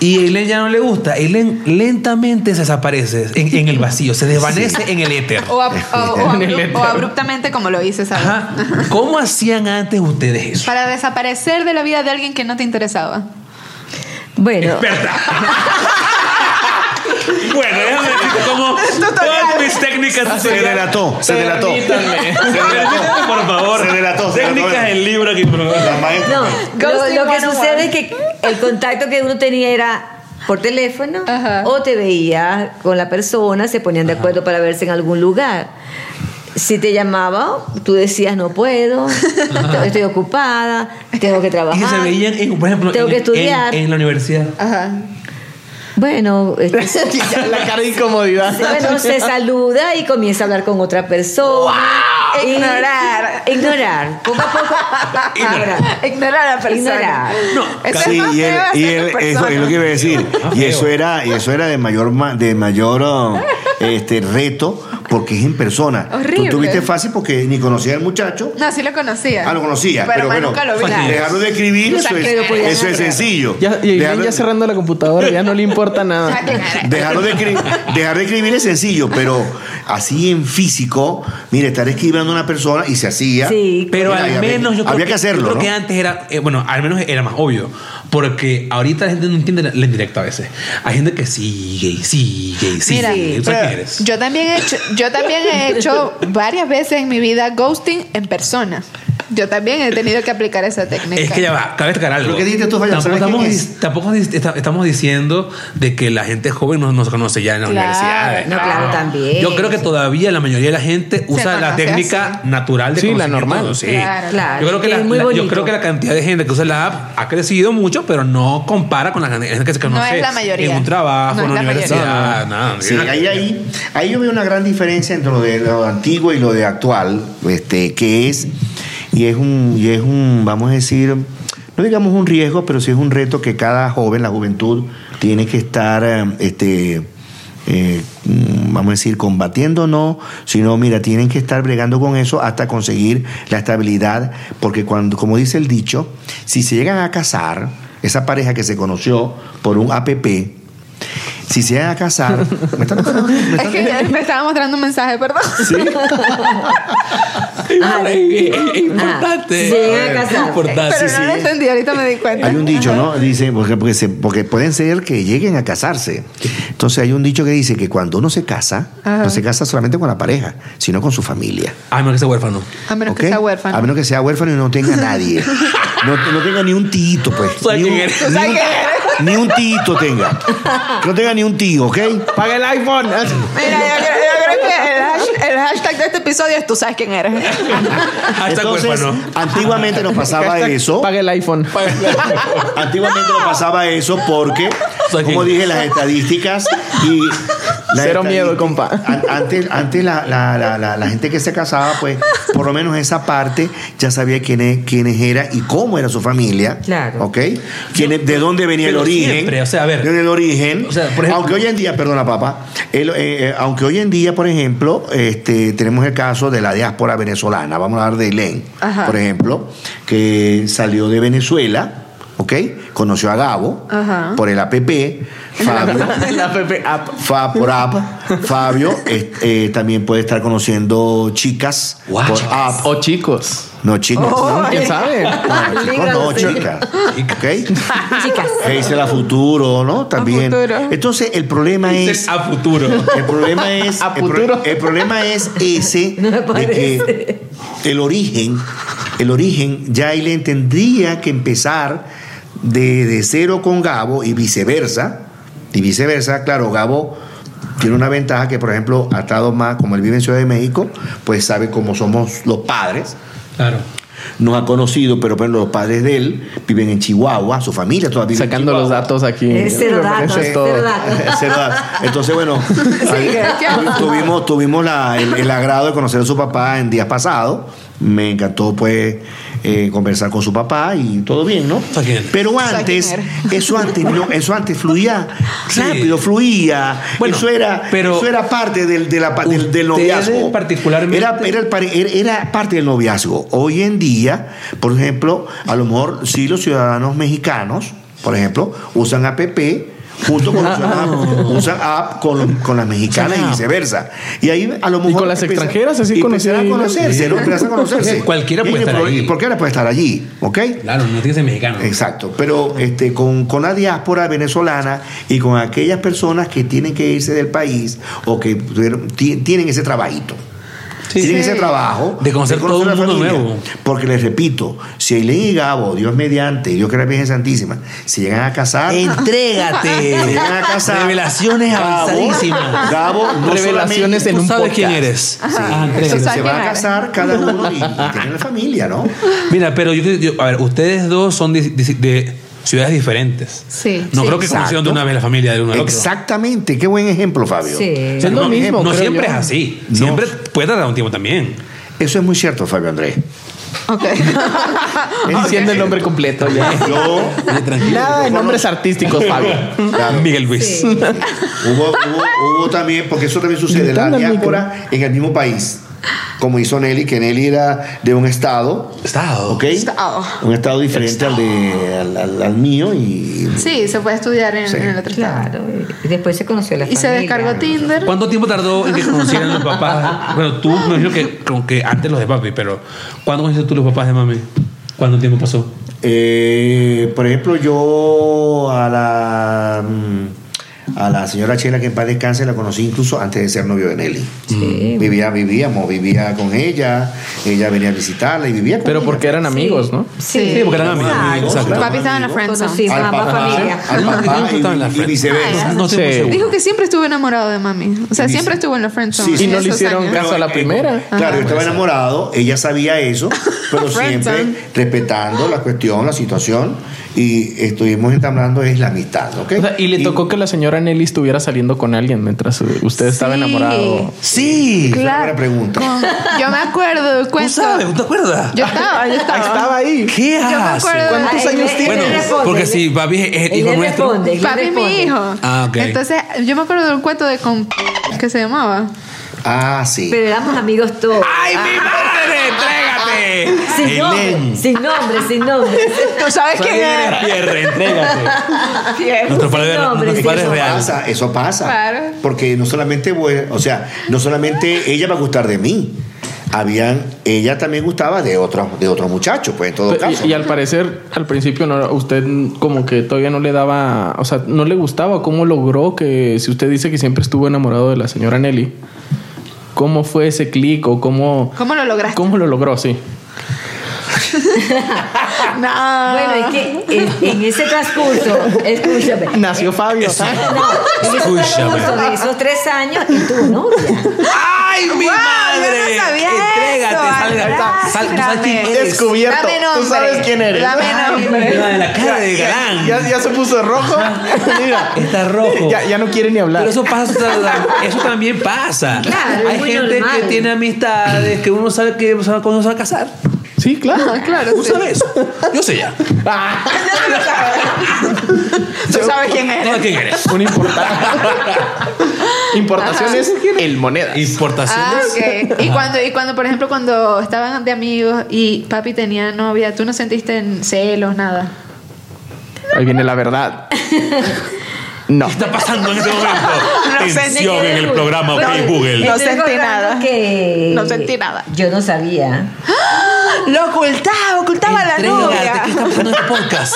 Speaker 3: Y a Eileen ya no le gusta. Eileen lentamente se desaparece en, en el vacío, se desvanece en el éter.
Speaker 4: O, ab- o- o abru- o abruptamente, como lo hice, ¿sabes?
Speaker 3: Ajá. ¿Cómo hacían antes ustedes eso?
Speaker 4: Para desaparecer de la vida de alguien que no te interesaba.
Speaker 5: Bueno,
Speaker 3: Bueno, déjame decirte
Speaker 5: (laughs)
Speaker 3: cómo todas mis técnicas
Speaker 2: Se delató, se delató.
Speaker 3: Permítame, por favor.
Speaker 2: Se delató, se delató.
Speaker 3: Técnicas del libro aquí. por favor.
Speaker 2: La maestra.
Speaker 5: no, lo,
Speaker 4: Ghosting
Speaker 5: lo que
Speaker 4: 101.
Speaker 5: sucede es que el contacto que uno tenía era por teléfono
Speaker 4: Ajá.
Speaker 5: o te veía con la persona, se ponían de acuerdo para verse en algún lugar. Si te llamaba, tú decías no puedo, estoy ocupada, tengo que
Speaker 3: Y
Speaker 5: trabajar.
Speaker 3: se veían, en, por ejemplo,
Speaker 5: tengo
Speaker 3: en,
Speaker 5: que estudiar.
Speaker 3: En, en la universidad.
Speaker 4: Ajá.
Speaker 3: (laughs)
Speaker 5: Bueno, este, se-
Speaker 1: la cara de incomodidad.
Speaker 5: bueno,
Speaker 4: (laughs)
Speaker 5: se saluda y comienza a hablar con otra persona. Y-
Speaker 4: Ignorar.
Speaker 5: Ignorar. Poco a poco. Ahora,
Speaker 4: Ignorar a la persona.
Speaker 5: Ignorar.
Speaker 3: No,
Speaker 4: Eso
Speaker 2: Sí,
Speaker 4: es más
Speaker 2: y él,
Speaker 4: feo
Speaker 2: y
Speaker 4: hacer
Speaker 2: él-
Speaker 4: con
Speaker 2: eso es
Speaker 4: personas.
Speaker 2: lo que iba a decir.
Speaker 3: Más
Speaker 2: Y
Speaker 3: feo.
Speaker 2: eso era, y eso era de mayor ma- de mayor oh, este reto, porque es en persona.
Speaker 4: Horrible.
Speaker 2: Tú tuviste fácil porque ni conocía al muchacho.
Speaker 4: No, sí lo conocía.
Speaker 2: Ah, lo conocía, pero,
Speaker 4: Pero, más
Speaker 2: bueno,
Speaker 4: nunca lo vi.
Speaker 3: Fácil.
Speaker 2: dejarlo de escribir,
Speaker 5: O
Speaker 2: eso
Speaker 5: sea,
Speaker 2: es,
Speaker 5: que lo podías
Speaker 2: eso es
Speaker 5: hacer.
Speaker 2: sencillo.
Speaker 1: Ya, y Iván
Speaker 2: Dejarlo-
Speaker 1: ya cerrando la computadora, ya no le importa nada.
Speaker 2: Dejarlo de, escri- dejar de escribir es sencillo, pero así en físico, mire, estar escribiendo a una persona y se hacía.
Speaker 5: Sí,
Speaker 3: Pero
Speaker 2: Mira, ya
Speaker 3: al
Speaker 2: ve,
Speaker 3: menos yo creo
Speaker 2: había
Speaker 3: que,
Speaker 2: que hacerlo,
Speaker 3: yo creo
Speaker 2: ¿no?
Speaker 3: que antes era, eh, bueno, al menos era más obvio. Porque ahorita la gente no entiende la, la indirecta a veces. Hay gente que sigue y sigue y sigue.
Speaker 4: Mira,
Speaker 3: ¿Tú sabes quién eres?
Speaker 4: Yo también he hecho, yo también he hecho varias veces en mi vida ghosting en persona. Yo también he tenido que aplicar esa técnica.
Speaker 3: Es que ya va, cabe destacar algo.
Speaker 2: Lo que dijiste tú, Fabián,
Speaker 3: tampoco,
Speaker 2: ¿sabes quién
Speaker 3: estamos,
Speaker 2: es?
Speaker 3: dis- tampoco dis- esta- estamos diciendo de que la gente joven no nos conoce ya en las
Speaker 4: Claro,
Speaker 3: universidades.
Speaker 5: no, claro, también.
Speaker 3: Yo creo que todavía la mayoría de la gente usa la
Speaker 4: conoce
Speaker 3: técnica natural de
Speaker 1: Sí, la
Speaker 3: conocimiento.
Speaker 1: normal.
Speaker 3: Sí.
Speaker 4: Claro.
Speaker 5: Claro,
Speaker 3: Yo creo, que
Speaker 5: que
Speaker 3: la,
Speaker 5: es muy
Speaker 3: la- yo
Speaker 5: bonito.
Speaker 3: creo que la cantidad de gente que usa la app ha crecido mucho, pero no compara con la gente que se conoce
Speaker 4: es la mayoría.
Speaker 3: en un trabajo,
Speaker 4: No
Speaker 3: en
Speaker 4: es
Speaker 3: una
Speaker 4: la mayoría.
Speaker 3: universidad, nada.
Speaker 2: Sí,
Speaker 3: nada.
Speaker 2: ahí, ahí, ahí yo veo una gran diferencia entre lo de lo antiguo y lo de actual, este, que es, y es un, y es un, vamos a decir, no digamos un riesgo, pero sí es un reto que cada joven, la juventud, tiene que estar eh, este, eh, mm, vamos a decir, combatiendo no, sino mira, tienen que estar bregando con eso hasta conseguir la estabilidad, porque cuando, como dice el dicho, si se llegan a casar, esa pareja que se conoció por un APP, si se van a
Speaker 4: (laughs)
Speaker 2: casar, me están tocando.
Speaker 4: Es que me estaba mostrando un mensaje, perdón.
Speaker 5: Ajá,
Speaker 4: Ah,
Speaker 3: Es importante.
Speaker 5: Ajá. Se llegan a
Speaker 3: Es
Speaker 5: casar.
Speaker 3: importante,
Speaker 4: Pero
Speaker 3: sí,
Speaker 4: no lo
Speaker 3: sí.
Speaker 4: entendí, ahorita me di cuenta.
Speaker 2: Hay un dicho, ¿no? Dice, porque, porque, se- porque pueden ser que lleguen a casarse. Entonces hay un dicho que dice que cuando uno se casa,
Speaker 4: Ajá.
Speaker 2: no se casa solamente con la pareja, sino con su familia.
Speaker 3: Ay, me quedé huérfano.
Speaker 4: A menos
Speaker 2: ¿ok?
Speaker 4: que sea huérfano.
Speaker 2: A menos que sea huérfano y no
Speaker 4: (laughs)
Speaker 2: tenga nadie. No, no tenga ni un tito, pues.
Speaker 3: Tú sabes
Speaker 2: Ni un,
Speaker 3: quién eres.
Speaker 4: (laughs)
Speaker 2: ni un- ni un tito tenga. Que No tenga ni un tío, ¿ok? Paga el iPhone.
Speaker 6: Mira, yo, creo- yo creo que el, hash- el hashtag de este episodio es tú sabes quién eres.
Speaker 3: Hasta
Speaker 2: Entonces,
Speaker 3: huérfano.
Speaker 2: antiguamente nos pasaba
Speaker 1: Hashtag
Speaker 2: eso.
Speaker 1: Paga el iPhone. (laughs)
Speaker 2: Antiguamente no pasaba eso porque,
Speaker 3: Soy
Speaker 2: como
Speaker 3: gay.
Speaker 2: dije, las estadísticas y... las
Speaker 1: Cero miedo,
Speaker 2: estadísticas-
Speaker 1: compa.
Speaker 2: An- Antes, antes la, la- la- la- la gente que se casaba, pues, por lo menos esa parte ya sabía quién es- quiénes era y cómo era su familia.
Speaker 5: Claro.
Speaker 2: ¿Ok? Quién es- de dónde venía el
Speaker 3: Pero
Speaker 2: origen.
Speaker 3: siempre, o sea, a ver.
Speaker 2: De dónde el origen.
Speaker 3: O sea, por ejemplo-
Speaker 2: aunque hoy en día, perdona, papá. el- eh, eh, aunque hoy en día, por ejemplo, este, tenemos el caso de la diáspora venezolana. Vamos a hablar de Len,
Speaker 4: Ajá.
Speaker 2: por ejemplo, que salió de Venezuela. ¿Ok? Conoció a Gabo
Speaker 4: Ajá.
Speaker 2: por el APP. Fabio,
Speaker 1: La PP app.
Speaker 2: Fa- por app. Fabio eh, eh, también puede estar conociendo chicas
Speaker 3: Guau,
Speaker 2: por
Speaker 3: chicas.
Speaker 2: app.
Speaker 1: O Oh, chicos.
Speaker 2: No, chicas.
Speaker 1: ¿no? ¿Quién sabe?
Speaker 2: No, chicos, no, chicas. ¿Ok?
Speaker 5: Chicas.
Speaker 2: Hazel a futuro, ¿no? También.
Speaker 4: futuro.
Speaker 2: Entonces, el problema es.
Speaker 3: A futuro.
Speaker 2: El problema es.
Speaker 1: A
Speaker 2: el pro-
Speaker 1: futuro.
Speaker 2: El, problema es
Speaker 1: (laughs)
Speaker 2: ese
Speaker 5: No me
Speaker 2: de que el origen, el origen, ya Aileen tendría que empezar de, de cero con Gabo y viceversa. Y viceversa, claro, Gabo tiene una ventaja que, por ejemplo, atado más, como él vive en Ciudad de México, pues sabe cómo somos los padres
Speaker 3: Claro.
Speaker 2: nos ha conocido, pero por ejemplo, los padres de él viven en Chihuahua, su familia todavía vive en
Speaker 1: Sacando los
Speaker 2: Chihuahua.
Speaker 1: datos aquí.
Speaker 5: Eh, cero
Speaker 1: Referencias,
Speaker 5: datos,
Speaker 1: todo.
Speaker 5: cero
Speaker 2: (laughs)
Speaker 5: datos.
Speaker 2: Se lo da. Entonces,
Speaker 3: (laughs)
Speaker 2: bueno, ahí tu- tuvimos, tuvimos la- el, el agrado de conocer a su papá en días pasados. Me encantó, pues, eh, conversar con su papá y todo bien, ¿no?
Speaker 3: Está bien.
Speaker 2: Pero
Speaker 4: quién
Speaker 2: antes, eso antes, no, eso antes fluía
Speaker 3: Sí.
Speaker 2: rápido, fluía.
Speaker 3: Bueno,
Speaker 2: eso, era,
Speaker 3: pero-
Speaker 2: eso era parte del, de la, pa- del, del
Speaker 3: Ustedes
Speaker 2: noviazgo.
Speaker 3: particularmente-
Speaker 2: Era, era, el pare- era- era parte del noviazgo. Hoy en día, por ejemplo, a lo mejor sí los ciudadanos mexicanos, por ejemplo, usan app junto con
Speaker 3: Ah.
Speaker 2: los ciudadanos, usan app con, los- con las mexicanas y viceversa. Y ahí a lo mejor...
Speaker 1: con las
Speaker 2: empiezan-
Speaker 1: extranjeras, así
Speaker 2: y empiezan a
Speaker 1: conocí-
Speaker 2: conocerse, ¿no? Empiezan a conocerse.
Speaker 3: (laughs) Cualquiera puede
Speaker 2: Y ellos,
Speaker 3: estar
Speaker 2: por-
Speaker 3: ahí.
Speaker 2: Cualquiera puede estar allí, ¿ok?
Speaker 3: Claro, no tiene que ser mexicano.
Speaker 2: Exacto, pero este, con, con la diáspora venezolana y con aquellas personas que tienen que irse del país o que tuvieron- ti- tienen ese trabajito. tienen
Speaker 4: Sí.
Speaker 2: ese trabajo
Speaker 3: De conocer todo un
Speaker 2: la
Speaker 3: mundo
Speaker 2: familia.
Speaker 3: nuevo.
Speaker 2: Porque les repito, si Ailén y Gabo, Dios mediante, Dios que la Virgen Santísima, se llegan a casar,
Speaker 3: Entrégate.
Speaker 2: (laughs) se llegan a casar. Gabo- Gabo, no
Speaker 1: Revelaciones
Speaker 2: solamente-
Speaker 1: en
Speaker 3: Tú
Speaker 1: un
Speaker 3: sabes
Speaker 1: podcast.
Speaker 3: quién eres. Ah,
Speaker 2: Sí,
Speaker 3: entrégate.
Speaker 4: Tú sabes
Speaker 2: se van a
Speaker 4: quién eres.
Speaker 2: casar cada uno y, y tienen la familia, ¿no?
Speaker 3: Mira, pero yo, yo- a ver, ustedes dos son de, de- de ciudades diferentes.
Speaker 4: Sí,
Speaker 3: No
Speaker 4: sí.
Speaker 3: creo que
Speaker 2: Exacto.
Speaker 3: conocieron de una vez la familia de uno al otro.
Speaker 2: Exactamente, qué buen ejemplo, Fabio.
Speaker 5: Sí.
Speaker 1: Es lo
Speaker 3: no,
Speaker 1: mismo,
Speaker 3: No
Speaker 1: creo
Speaker 3: siempre
Speaker 1: yo.
Speaker 3: es así.
Speaker 2: No.
Speaker 3: Siempre puede tardar un tiempo también.
Speaker 2: Eso es muy cierto, Fabio Andrés.
Speaker 4: Ok.
Speaker 2: Es
Speaker 1: Diciendo el
Speaker 2: cierto.
Speaker 1: nombre completo ya.
Speaker 2: (laughs) Yo,
Speaker 1: Nada de nombres artísticos,
Speaker 2: (laughs)
Speaker 1: Fabio.
Speaker 2: Claro.
Speaker 3: Miguel Luis.
Speaker 5: Sí.
Speaker 2: hubo, hubo- hubo también, porque eso también sucede, la
Speaker 1: Gritando al
Speaker 2: diáspora en el mismo país. Como hizo Nelly, que Nelly era de un estado,
Speaker 3: Estado.
Speaker 2: ¿ok?
Speaker 4: Estado.
Speaker 2: Un estado diferente al, de, al, al- al mío y
Speaker 4: Sí, se puede estudiar en,
Speaker 2: Sí.
Speaker 4: en el otro estado.
Speaker 5: Claro. Y después se conoció la
Speaker 4: Y
Speaker 5: familia.
Speaker 4: se descargó Tinder.
Speaker 3: ¿Cuánto tiempo tardó en que conocieran los papás? Bueno, tú me imagino que, como que antes los de papi, pero ¿cuándo conociste tú los papás de mami? ¿Cuánto tiempo pasó?
Speaker 2: Eh, por ejemplo, yo a la, mm, a la señora Chela, que en paz descanse, la conocí incluso antes de ser novio de Nelly.
Speaker 5: Sí.
Speaker 2: Vivía, vivíamos, vivía con ella, ella venía a visitarla y vivía con
Speaker 1: Pero
Speaker 2: ella.
Speaker 1: porque eran amigos, ¿no?
Speaker 5: Sí.
Speaker 4: Sí,
Speaker 3: porque eran amigos.
Speaker 5: Claro.
Speaker 3: Exacto.
Speaker 4: Papi estaba en la friendzone.
Speaker 5: Conocí a ambas familias.
Speaker 2: al papá
Speaker 3: Yo estaba en la
Speaker 2: y, y
Speaker 3: frente.
Speaker 4: Ah,
Speaker 2: viceversa.
Speaker 3: No estoy muy
Speaker 1: Sí.
Speaker 3: seguro.
Speaker 4: Dijo que siempre estuvo enamorado de mami. O sea,
Speaker 2: Sí,
Speaker 4: siempre
Speaker 2: sí.
Speaker 4: estuvo en la friendzone.
Speaker 2: Sí, sí.
Speaker 4: en
Speaker 2: Y no le
Speaker 4: esos
Speaker 1: hicieron
Speaker 4: años.
Speaker 1: caso. a la
Speaker 2: eh,
Speaker 1: primera.
Speaker 2: claro, yo estaba enamorado, ella sabía eso, pero
Speaker 4: Friendzone.
Speaker 2: siempre respetando la cuestión, la situación, y estuvimos entablando es la amistad, ¿ok?
Speaker 1: O sea, y le tocó que la señora Nelly estuviera saliendo con alguien mientras eh, usted estaba
Speaker 4: Sí.
Speaker 1: enamorado.
Speaker 2: Sí, fue una buena pregunta.
Speaker 4: Con- yo me acuerdo del
Speaker 3: ¿Tú
Speaker 4: cuento.
Speaker 3: sabes? ¿Tú te acuerdas?
Speaker 4: Yo estaba, yo estaba.
Speaker 1: Estaba ahí.
Speaker 3: ¿Qué
Speaker 4: Yo me
Speaker 3: haces?
Speaker 4: acuerdo.
Speaker 1: ¿Cuántos
Speaker 5: Ay,
Speaker 1: años
Speaker 5: Ah, él-
Speaker 1: tiene?
Speaker 5: él le responde,
Speaker 3: Porque
Speaker 5: él-
Speaker 3: si papi es- es
Speaker 5: él
Speaker 3: hijo
Speaker 5: le
Speaker 3: nuestro.
Speaker 5: responde, él le
Speaker 4: Papi es mi
Speaker 5: responde.
Speaker 4: hijo.
Speaker 3: Ah, ok.
Speaker 4: Entonces, yo me acuerdo de un cuento de con que se llamaba.
Speaker 2: Ah, sí.
Speaker 5: Pero éramos amigos todos. Ah,
Speaker 3: ¡Ay, mi madre! ¡Entrégate!
Speaker 5: Sin nombre,
Speaker 3: Helen.
Speaker 5: sin nombre, sin nombre.
Speaker 6: Tú sabes quién eres.
Speaker 3: Pierre, entrégate. Nuestros padres,
Speaker 5: Sin nombre,
Speaker 3: nuestros
Speaker 5: sin
Speaker 3: padres
Speaker 2: Eso
Speaker 3: reales.
Speaker 2: pasa, eso pasa.
Speaker 4: Claro.
Speaker 2: Porque no solamente, voy- o sea, no solamente ella va a gustar de mí. habían, ella también gustaba de otro, de otro muchacho, pues en todo
Speaker 1: Pero- y-
Speaker 2: caso.
Speaker 1: Y, al parecer, al principio, no, usted como que todavía no le daba, o sea, no le gustaba cómo logró que, si usted dice que siempre estuvo enamorado de la señora Nelly, ¿cómo fue ese clic o cómo,
Speaker 4: ¿Cómo lo lograste?
Speaker 1: cómo lo logró? Sí.
Speaker 4: No.
Speaker 5: Bueno, es que en, en ese transcurso, escúchame.
Speaker 1: Nació Fabio.
Speaker 5: En ese
Speaker 3: Escúchame.
Speaker 5: transcurso de esos tres años, y tu novia.
Speaker 3: ¡Ay, mi
Speaker 4: Guau,
Speaker 3: madre!
Speaker 4: yo no sabía
Speaker 3: Entrégate, salga,
Speaker 4: eso.
Speaker 3: sal, tú sabes quién
Speaker 4: Gracias.
Speaker 3: eres.
Speaker 1: Descubierto.
Speaker 4: Dame
Speaker 1: Tú
Speaker 4: nombre.
Speaker 1: sabes quién eres.
Speaker 4: Dame nombre.
Speaker 3: La de la cara de galán.
Speaker 1: Ya, ya se puso rojo. Mira.
Speaker 3: Está rojo.
Speaker 1: Ya, ya no quiere ni hablar.
Speaker 3: Pero
Speaker 5: (laughs)
Speaker 3: eso pasa, eso también pasa.
Speaker 5: Claro,
Speaker 3: Hay
Speaker 5: es muy
Speaker 3: gente
Speaker 5: normal.
Speaker 3: que tiene amistades que uno sabe que sabe cuándo se va a casar.
Speaker 1: Sí,
Speaker 5: Ah,
Speaker 1: claro.
Speaker 4: Claro,
Speaker 3: Uno
Speaker 4: sí.
Speaker 3: sabe eso. Yo sé ya.
Speaker 4: Tú sabes quién es.
Speaker 3: No, ¿Qué (laughs) eres?
Speaker 1: Un Importaciones. El moneda.
Speaker 4: Ah,
Speaker 3: Importaciones.
Speaker 4: ok. Y cuando, y cuando, por ejemplo, cuando estaban de amigos y papi tenía novia, ¿tú no sentiste en celos, nada?
Speaker 1: Ahí viene la verdad. No.
Speaker 3: ¿Qué está pasando en este
Speaker 5: (laughs)
Speaker 3: momento?
Speaker 6: No sé,
Speaker 3: Tensión en el programa
Speaker 5: Pero
Speaker 3: Ok Google.
Speaker 6: No
Speaker 5: estoy
Speaker 6: sentí
Speaker 5: recordando
Speaker 6: nada.
Speaker 5: que
Speaker 6: No sentí nada.
Speaker 5: Yo no sabía.
Speaker 6: Lo ocultaba, ocultaba a la
Speaker 3: Entrégate, ¿qué está
Speaker 6: novia.
Speaker 3: pasando en este podcast?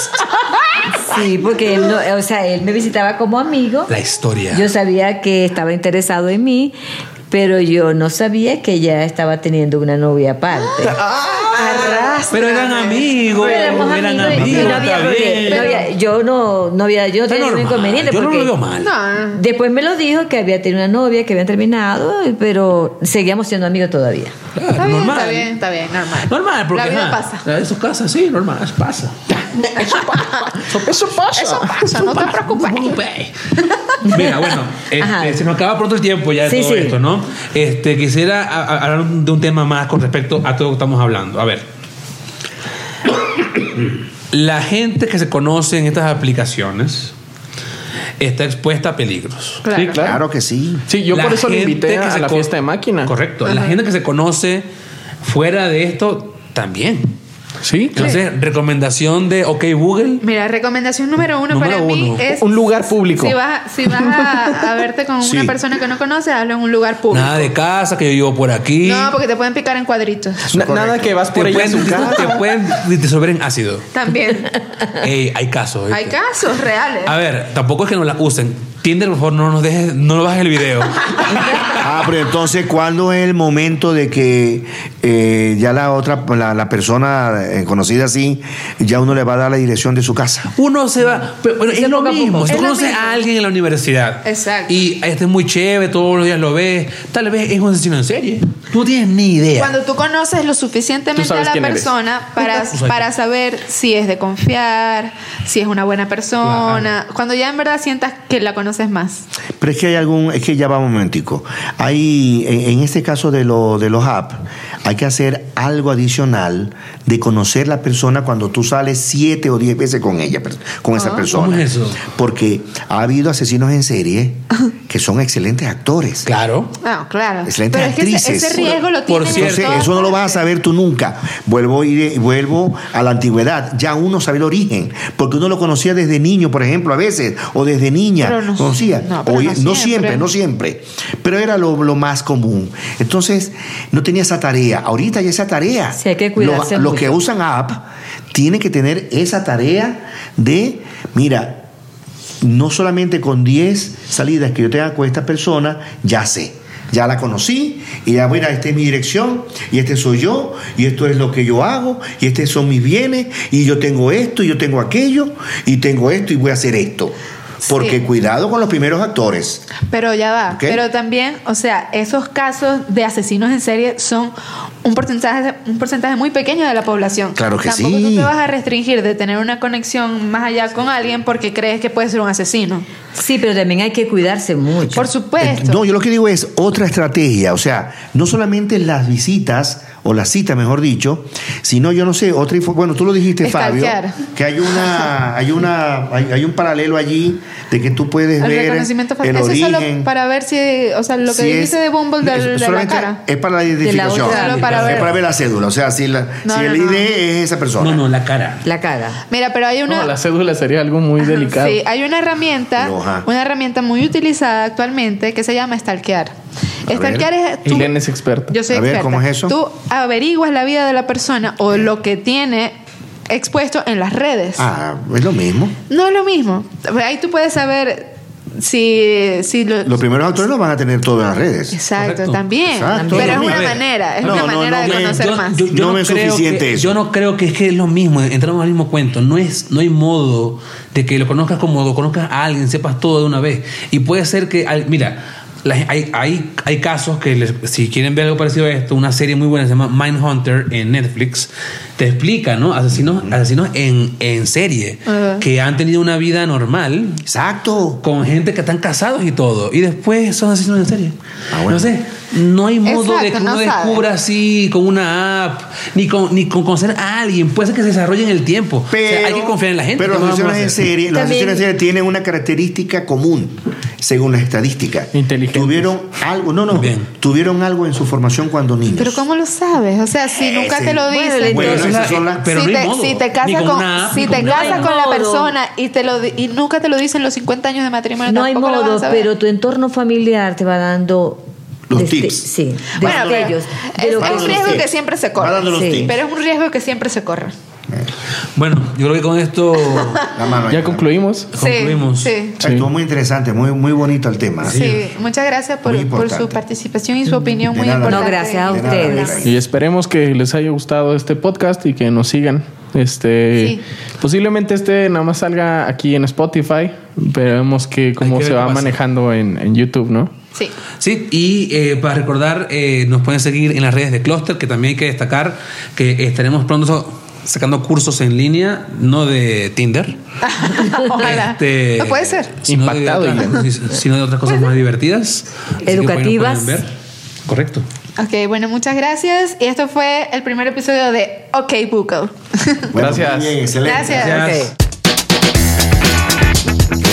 Speaker 5: Sí, porque él, no- o sea, él me visitaba como amigo.
Speaker 3: La historia.
Speaker 5: Yo sabía que estaba interesado en mí, pero yo no sabía que ella estaba teniendo una novia aparte.
Speaker 6: Ah.
Speaker 3: Pero eran amigos.
Speaker 5: Pero éramos
Speaker 3: eran
Speaker 5: amigos y- y
Speaker 3: amigos.
Speaker 5: no había-
Speaker 3: está bien.
Speaker 5: no había- yo no, no había, yo no
Speaker 3: Está
Speaker 5: tenía ningún
Speaker 3: normal.
Speaker 5: inconveniente.
Speaker 3: Yo no
Speaker 5: porque
Speaker 3: lo veo mal.
Speaker 4: No.
Speaker 5: Después me lo dijo que había tenido una novia, que habían terminado, pero seguíamos siendo amigos todavía.
Speaker 3: Claro,
Speaker 4: Está bien,
Speaker 3: normal.
Speaker 4: está bien, está bien, normal.
Speaker 3: Normal, porque
Speaker 4: La vida
Speaker 3: ajá,
Speaker 4: pasa.
Speaker 3: En sus casas, sí, normal, eso pasa.
Speaker 1: Eso pasa.
Speaker 4: Eso pasa, no te preocupes. (laughs)
Speaker 3: Mira, bueno, este,
Speaker 5: Ajá.
Speaker 3: se nos acaba pronto el tiempo ya de
Speaker 5: Sí,
Speaker 3: todo
Speaker 5: sí.
Speaker 3: esto, ¿no? Este, quisiera a- a- hablar un- de un tema más con respecto a todo lo que estamos hablando. A ver. La gente que se conoce en estas aplicaciones está expuesta a peligros.
Speaker 4: Claro.
Speaker 1: Sí, claro.
Speaker 2: Claro que sí.
Speaker 1: Sí, yo
Speaker 3: La
Speaker 1: por eso lo
Speaker 3: gente
Speaker 1: invité
Speaker 3: que
Speaker 1: a
Speaker 3: se
Speaker 1: la
Speaker 3: co-
Speaker 1: fiesta de máquina.
Speaker 3: Correcto. La gente que se conoce fuera de esto también.
Speaker 1: Sí, claro.
Speaker 3: Entonces, recomendación de OK Google.
Speaker 4: Mira, recomendación número uno
Speaker 3: Número
Speaker 4: para mí
Speaker 3: uno.
Speaker 4: es...
Speaker 1: Un lugar público.
Speaker 4: Si vas, si vas a, a verte con
Speaker 2: Sí.
Speaker 4: una persona que no conoces, hazlo en un lugar público.
Speaker 3: Nada de casa, que yo vivo por aquí.
Speaker 4: No, porque te pueden picar en cuadritos.
Speaker 1: Na- nada que vas por
Speaker 3: te,
Speaker 1: ella a
Speaker 3: pueden,
Speaker 1: su casa.
Speaker 3: te pueden disolver en ácido.
Speaker 4: (laughs) También.
Speaker 3: Ey, hay casos. ¿viste?
Speaker 4: Hay casos reales.
Speaker 3: A ver, tampoco es que no la usen. Tinder, por favor, no nos dejes, no nos bajes el video.
Speaker 2: Ah, pero entonces, ¿cuándo es el momento de que eh, ya la otra, la, la persona eh, conocida así, ya uno le va a dar la dirección de su casa?
Speaker 3: Uno se va. pero- bueno, es,
Speaker 5: Se
Speaker 3: lo
Speaker 5: poco a
Speaker 3: mismo.
Speaker 5: poco.
Speaker 3: Si tú
Speaker 4: Es lo
Speaker 3: conoces
Speaker 4: mismo.
Speaker 3: a alguien en la universidad.
Speaker 4: Exacto.
Speaker 3: Y este es muy chévere, todos los días lo ves. Tal vez es un asesino en serie. Tú no tienes ni idea.
Speaker 4: Cuando tú conoces lo
Speaker 1: Tú
Speaker 4: suficientemente
Speaker 1: sabes
Speaker 4: a la
Speaker 1: quién eres.
Speaker 4: persona para,
Speaker 3: Tú sabes
Speaker 4: para saber si es de confiar, si es una buena persona. Cuando ya en verdad sientas que la conoces más.
Speaker 2: Pero es que hay algún, es que ya va un momentico. Hay, en, en este caso de, lo, de los apps, hay que hacer algo adicional de conocer la persona cuando tú sales siete o diez veces con ella, per- con esa persona.
Speaker 3: ¿Cómo es eso?
Speaker 2: Porque ha habido asesinos en serie que son excelentes actores.
Speaker 3: Claro.
Speaker 4: Ah, claro.
Speaker 2: Excelentes
Speaker 4: Pero es que ese,
Speaker 2: actrices.
Speaker 4: ese riesgo lo
Speaker 3: Por
Speaker 4: tienes. en
Speaker 2: Entonces,
Speaker 4: todas
Speaker 2: eso no lo vas a
Speaker 4: partes.
Speaker 2: saber tú nunca. Vuelvo, y de- vuelvo a la antigüedad. Ya uno sabe el origen, porque uno lo conocía desde niño, por ejemplo, a veces, o desde niña.
Speaker 4: Pero no-
Speaker 2: conocía.
Speaker 4: no, pero
Speaker 2: Oye,
Speaker 4: no
Speaker 2: no
Speaker 4: siempre.
Speaker 2: siempre, no siempre. Pero era lo, lo más común. Entonces, no tenía esa tarea. Ahorita ya esa tarea.
Speaker 5: Sí, hay que cuidarse
Speaker 2: Lo- Los,
Speaker 5: mucho.
Speaker 2: que usan app tienen que tener esa tarea de, mira, no solamente con 10 salidas que yo tenga con esta persona, ya sé. Ya la conocí y ya, mira, esta es mi dirección y este soy yo y esto es lo que yo hago y estos son mis bienes y yo tengo esto y yo tengo aquello y tengo esto y voy a hacer esto. Porque
Speaker 4: Sí.
Speaker 2: cuidado con los primeros actores.
Speaker 4: Pero ya va.
Speaker 2: Ok.
Speaker 4: Pero también, o sea, esos casos de asesinos en serie son un porcentaje, un porcentaje muy pequeño de la población.
Speaker 2: Claro que
Speaker 4: Tampoco
Speaker 2: sí.
Speaker 4: tú te vas a restringir de tener una conexión más allá con alguien porque crees que puede ser un asesino.
Speaker 5: Sí, pero también hay que cuidarse mucho.
Speaker 4: Por supuesto.
Speaker 2: No, yo lo que digo es otra estrategia. O sea, no solamente las visitas, o las citas, mejor dicho, sino yo no sé, otra info- Bueno, tú lo dijiste,
Speaker 4: Stalkear.
Speaker 2: Fabio, que hay una, hay una, hay, hay un paralelo allí de que tú puedes
Speaker 4: El
Speaker 2: ver
Speaker 4: reconocimiento facial.
Speaker 2: el
Speaker 4: Eso es
Speaker 2: origen.
Speaker 4: solo para ver si, o sea, lo que
Speaker 2: si
Speaker 4: dijiste
Speaker 2: es-
Speaker 4: de Bumble de,
Speaker 2: es-
Speaker 4: de la
Speaker 2: solamente
Speaker 4: cara.
Speaker 2: Es para la identificación.
Speaker 5: otra,
Speaker 4: Solo para ver.
Speaker 2: Es para ver la cédula. O sea, si, la,
Speaker 4: No,
Speaker 2: si
Speaker 4: no,
Speaker 2: el
Speaker 4: no.
Speaker 2: ID es esa persona.
Speaker 3: No, no, la cara.
Speaker 5: La cara.
Speaker 4: Mira, pero hay una
Speaker 1: No, la cédula sería algo muy
Speaker 4: Ajá,
Speaker 1: delicado.
Speaker 4: Sí, hay una herramienta,
Speaker 2: Pero, ajá.
Speaker 4: una herramienta muy utilizada actualmente que se llama stalkear. Stalkear es tú.
Speaker 1: Ilen es experta.
Speaker 4: Yo soy
Speaker 2: A ver,
Speaker 4: experta.
Speaker 2: ¿cómo es eso?
Speaker 4: Tú averiguas la vida de la persona o lo que tiene expuesto en las redes.
Speaker 2: Ah, es lo mismo.
Speaker 4: No es lo mismo. Ahí tú puedes saber si, si lo-
Speaker 2: Los primeros autores los van a tener todos en las redes.
Speaker 4: Exacto,
Speaker 3: Correcto.
Speaker 4: también.
Speaker 2: Exacto.
Speaker 4: Pero es
Speaker 2: También.
Speaker 4: una manera, es
Speaker 2: No,
Speaker 4: una
Speaker 2: no,
Speaker 4: manera
Speaker 2: no
Speaker 4: de
Speaker 2: me-
Speaker 4: conocer
Speaker 2: yo-
Speaker 4: más.
Speaker 2: yo- No me es
Speaker 3: creo
Speaker 2: suficiente
Speaker 3: que-
Speaker 2: eso.
Speaker 3: Yo no creo que es que es lo mismo, entramos al mismo cuento. No es, no hay modo de que lo conozcas como lo conozcas a alguien, sepas todo de una vez. Y puede ser que, al- mira, la- hay, hay, hay casos que les- si quieren ver algo parecido a esto, una serie muy buena se llama Mindhunter en Netflix, te explica, ¿no? Asesinos, asesinos en, en serie
Speaker 4: Ajá.
Speaker 3: que han tenido una vida normal
Speaker 2: Exacto.
Speaker 3: con gente que están casados y todo. Y después son asesinos en serie.
Speaker 2: Ah, bueno.
Speaker 3: No sé, no hay modo de que
Speaker 4: Exacto,
Speaker 3: uno
Speaker 4: no
Speaker 3: descubra así con una app, ni con, ni con conocer a alguien. Puede ser que se desarrolle en el tiempo. O sea, hay que confiar en la gente.
Speaker 2: Pero
Speaker 3: ¿Qué
Speaker 2: los
Speaker 3: más vamos a
Speaker 2: asesinos en
Speaker 3: hacer?
Speaker 2: serie, los
Speaker 5: También-
Speaker 2: asesinos en serie tienen una característica común, según las estadísticas.
Speaker 1: Inteligentes.
Speaker 2: Tuvieron algo, no, no,
Speaker 3: Bien.
Speaker 2: tuvieron algo en su formación cuando niños.
Speaker 4: Pero ¿cómo lo sabes? O sea, si nunca
Speaker 2: Ese-
Speaker 4: te lo
Speaker 5: Bueno,
Speaker 4: dicen.
Speaker 2: Bueno,
Speaker 5: Entonces,
Speaker 2: esas son las-
Speaker 3: eh, pero
Speaker 4: si,
Speaker 3: no hay
Speaker 4: te,
Speaker 3: modo.
Speaker 4: si te
Speaker 3: Ni
Speaker 4: casas
Speaker 3: con
Speaker 4: con,
Speaker 3: una app,
Speaker 4: si
Speaker 3: ni
Speaker 4: te
Speaker 3: con nada.
Speaker 4: casas
Speaker 5: No
Speaker 4: con
Speaker 5: hay
Speaker 4: la
Speaker 5: modo.
Speaker 4: persona y te lo di- y nunca te lo dicen los 50 años de matrimonio,
Speaker 5: No hay
Speaker 4: tampoco lo vas
Speaker 5: modo,
Speaker 4: a saber.
Speaker 5: pero tu entorno familiar te va dando
Speaker 2: Los
Speaker 5: deste-
Speaker 2: tips.
Speaker 5: Sí,
Speaker 4: Bueno, pero
Speaker 5: destellos de
Speaker 4: es
Speaker 5: lo
Speaker 4: es
Speaker 5: que
Speaker 4: un
Speaker 2: los
Speaker 4: riesgo
Speaker 2: tips.
Speaker 4: que siempre se
Speaker 2: Va dando los
Speaker 5: Sí.
Speaker 4: corre.
Speaker 2: tips.
Speaker 4: Pero es un riesgo que siempre se corre.
Speaker 3: Bueno, yo creo que con
Speaker 4: (laughs)
Speaker 3: esto
Speaker 2: La mano ahí.
Speaker 1: Ya concluimos.
Speaker 4: Sí,
Speaker 3: Concluimos.
Speaker 4: Sí,
Speaker 2: Ah, Estuvo muy interesante, muy, muy bonito el tema.
Speaker 4: sí. Muchas gracias por,
Speaker 2: Muy
Speaker 4: por
Speaker 2: importante.
Speaker 4: su participación y su opinión
Speaker 2: De
Speaker 4: muy
Speaker 2: nada. No,
Speaker 4: importante.
Speaker 5: gracias a
Speaker 4: en el
Speaker 5: ustedes.
Speaker 4: programa.
Speaker 2: Sí.
Speaker 1: Y esperemos que les haya gustado este podcast y que nos sigan. Este,
Speaker 4: Sí.
Speaker 1: posiblemente este nada más salga aquí en Spotify. Veremos que cómo
Speaker 3: que
Speaker 1: se
Speaker 3: ver qué
Speaker 1: va
Speaker 3: pasa.
Speaker 1: manejando en, en YouTube, ¿no?
Speaker 4: Sí. (laughs)
Speaker 3: Sí, y eh, para recordar, eh, nos pueden seguir en las redes de Cluster, que también hay que destacar que estaremos pronto so- sacando cursos en línea, no de Tinder.
Speaker 4: Ojalá.
Speaker 3: Este,
Speaker 4: No puede ser.
Speaker 3: sino de
Speaker 1: Impactado,
Speaker 3: otras- Sino de otras cosas más divertidas. Así que
Speaker 5: Educativas.
Speaker 3: pueden- pueden ver. Correcto.
Speaker 4: Ok, bueno, muchas gracias. Y esto fue el primer episodio de OK
Speaker 2: Bueno,
Speaker 4: Google.
Speaker 2: muy
Speaker 1: Gracias.
Speaker 4: Ah,
Speaker 2: bien, excelente.
Speaker 4: Gracias.
Speaker 3: Gracias.
Speaker 5: Ok.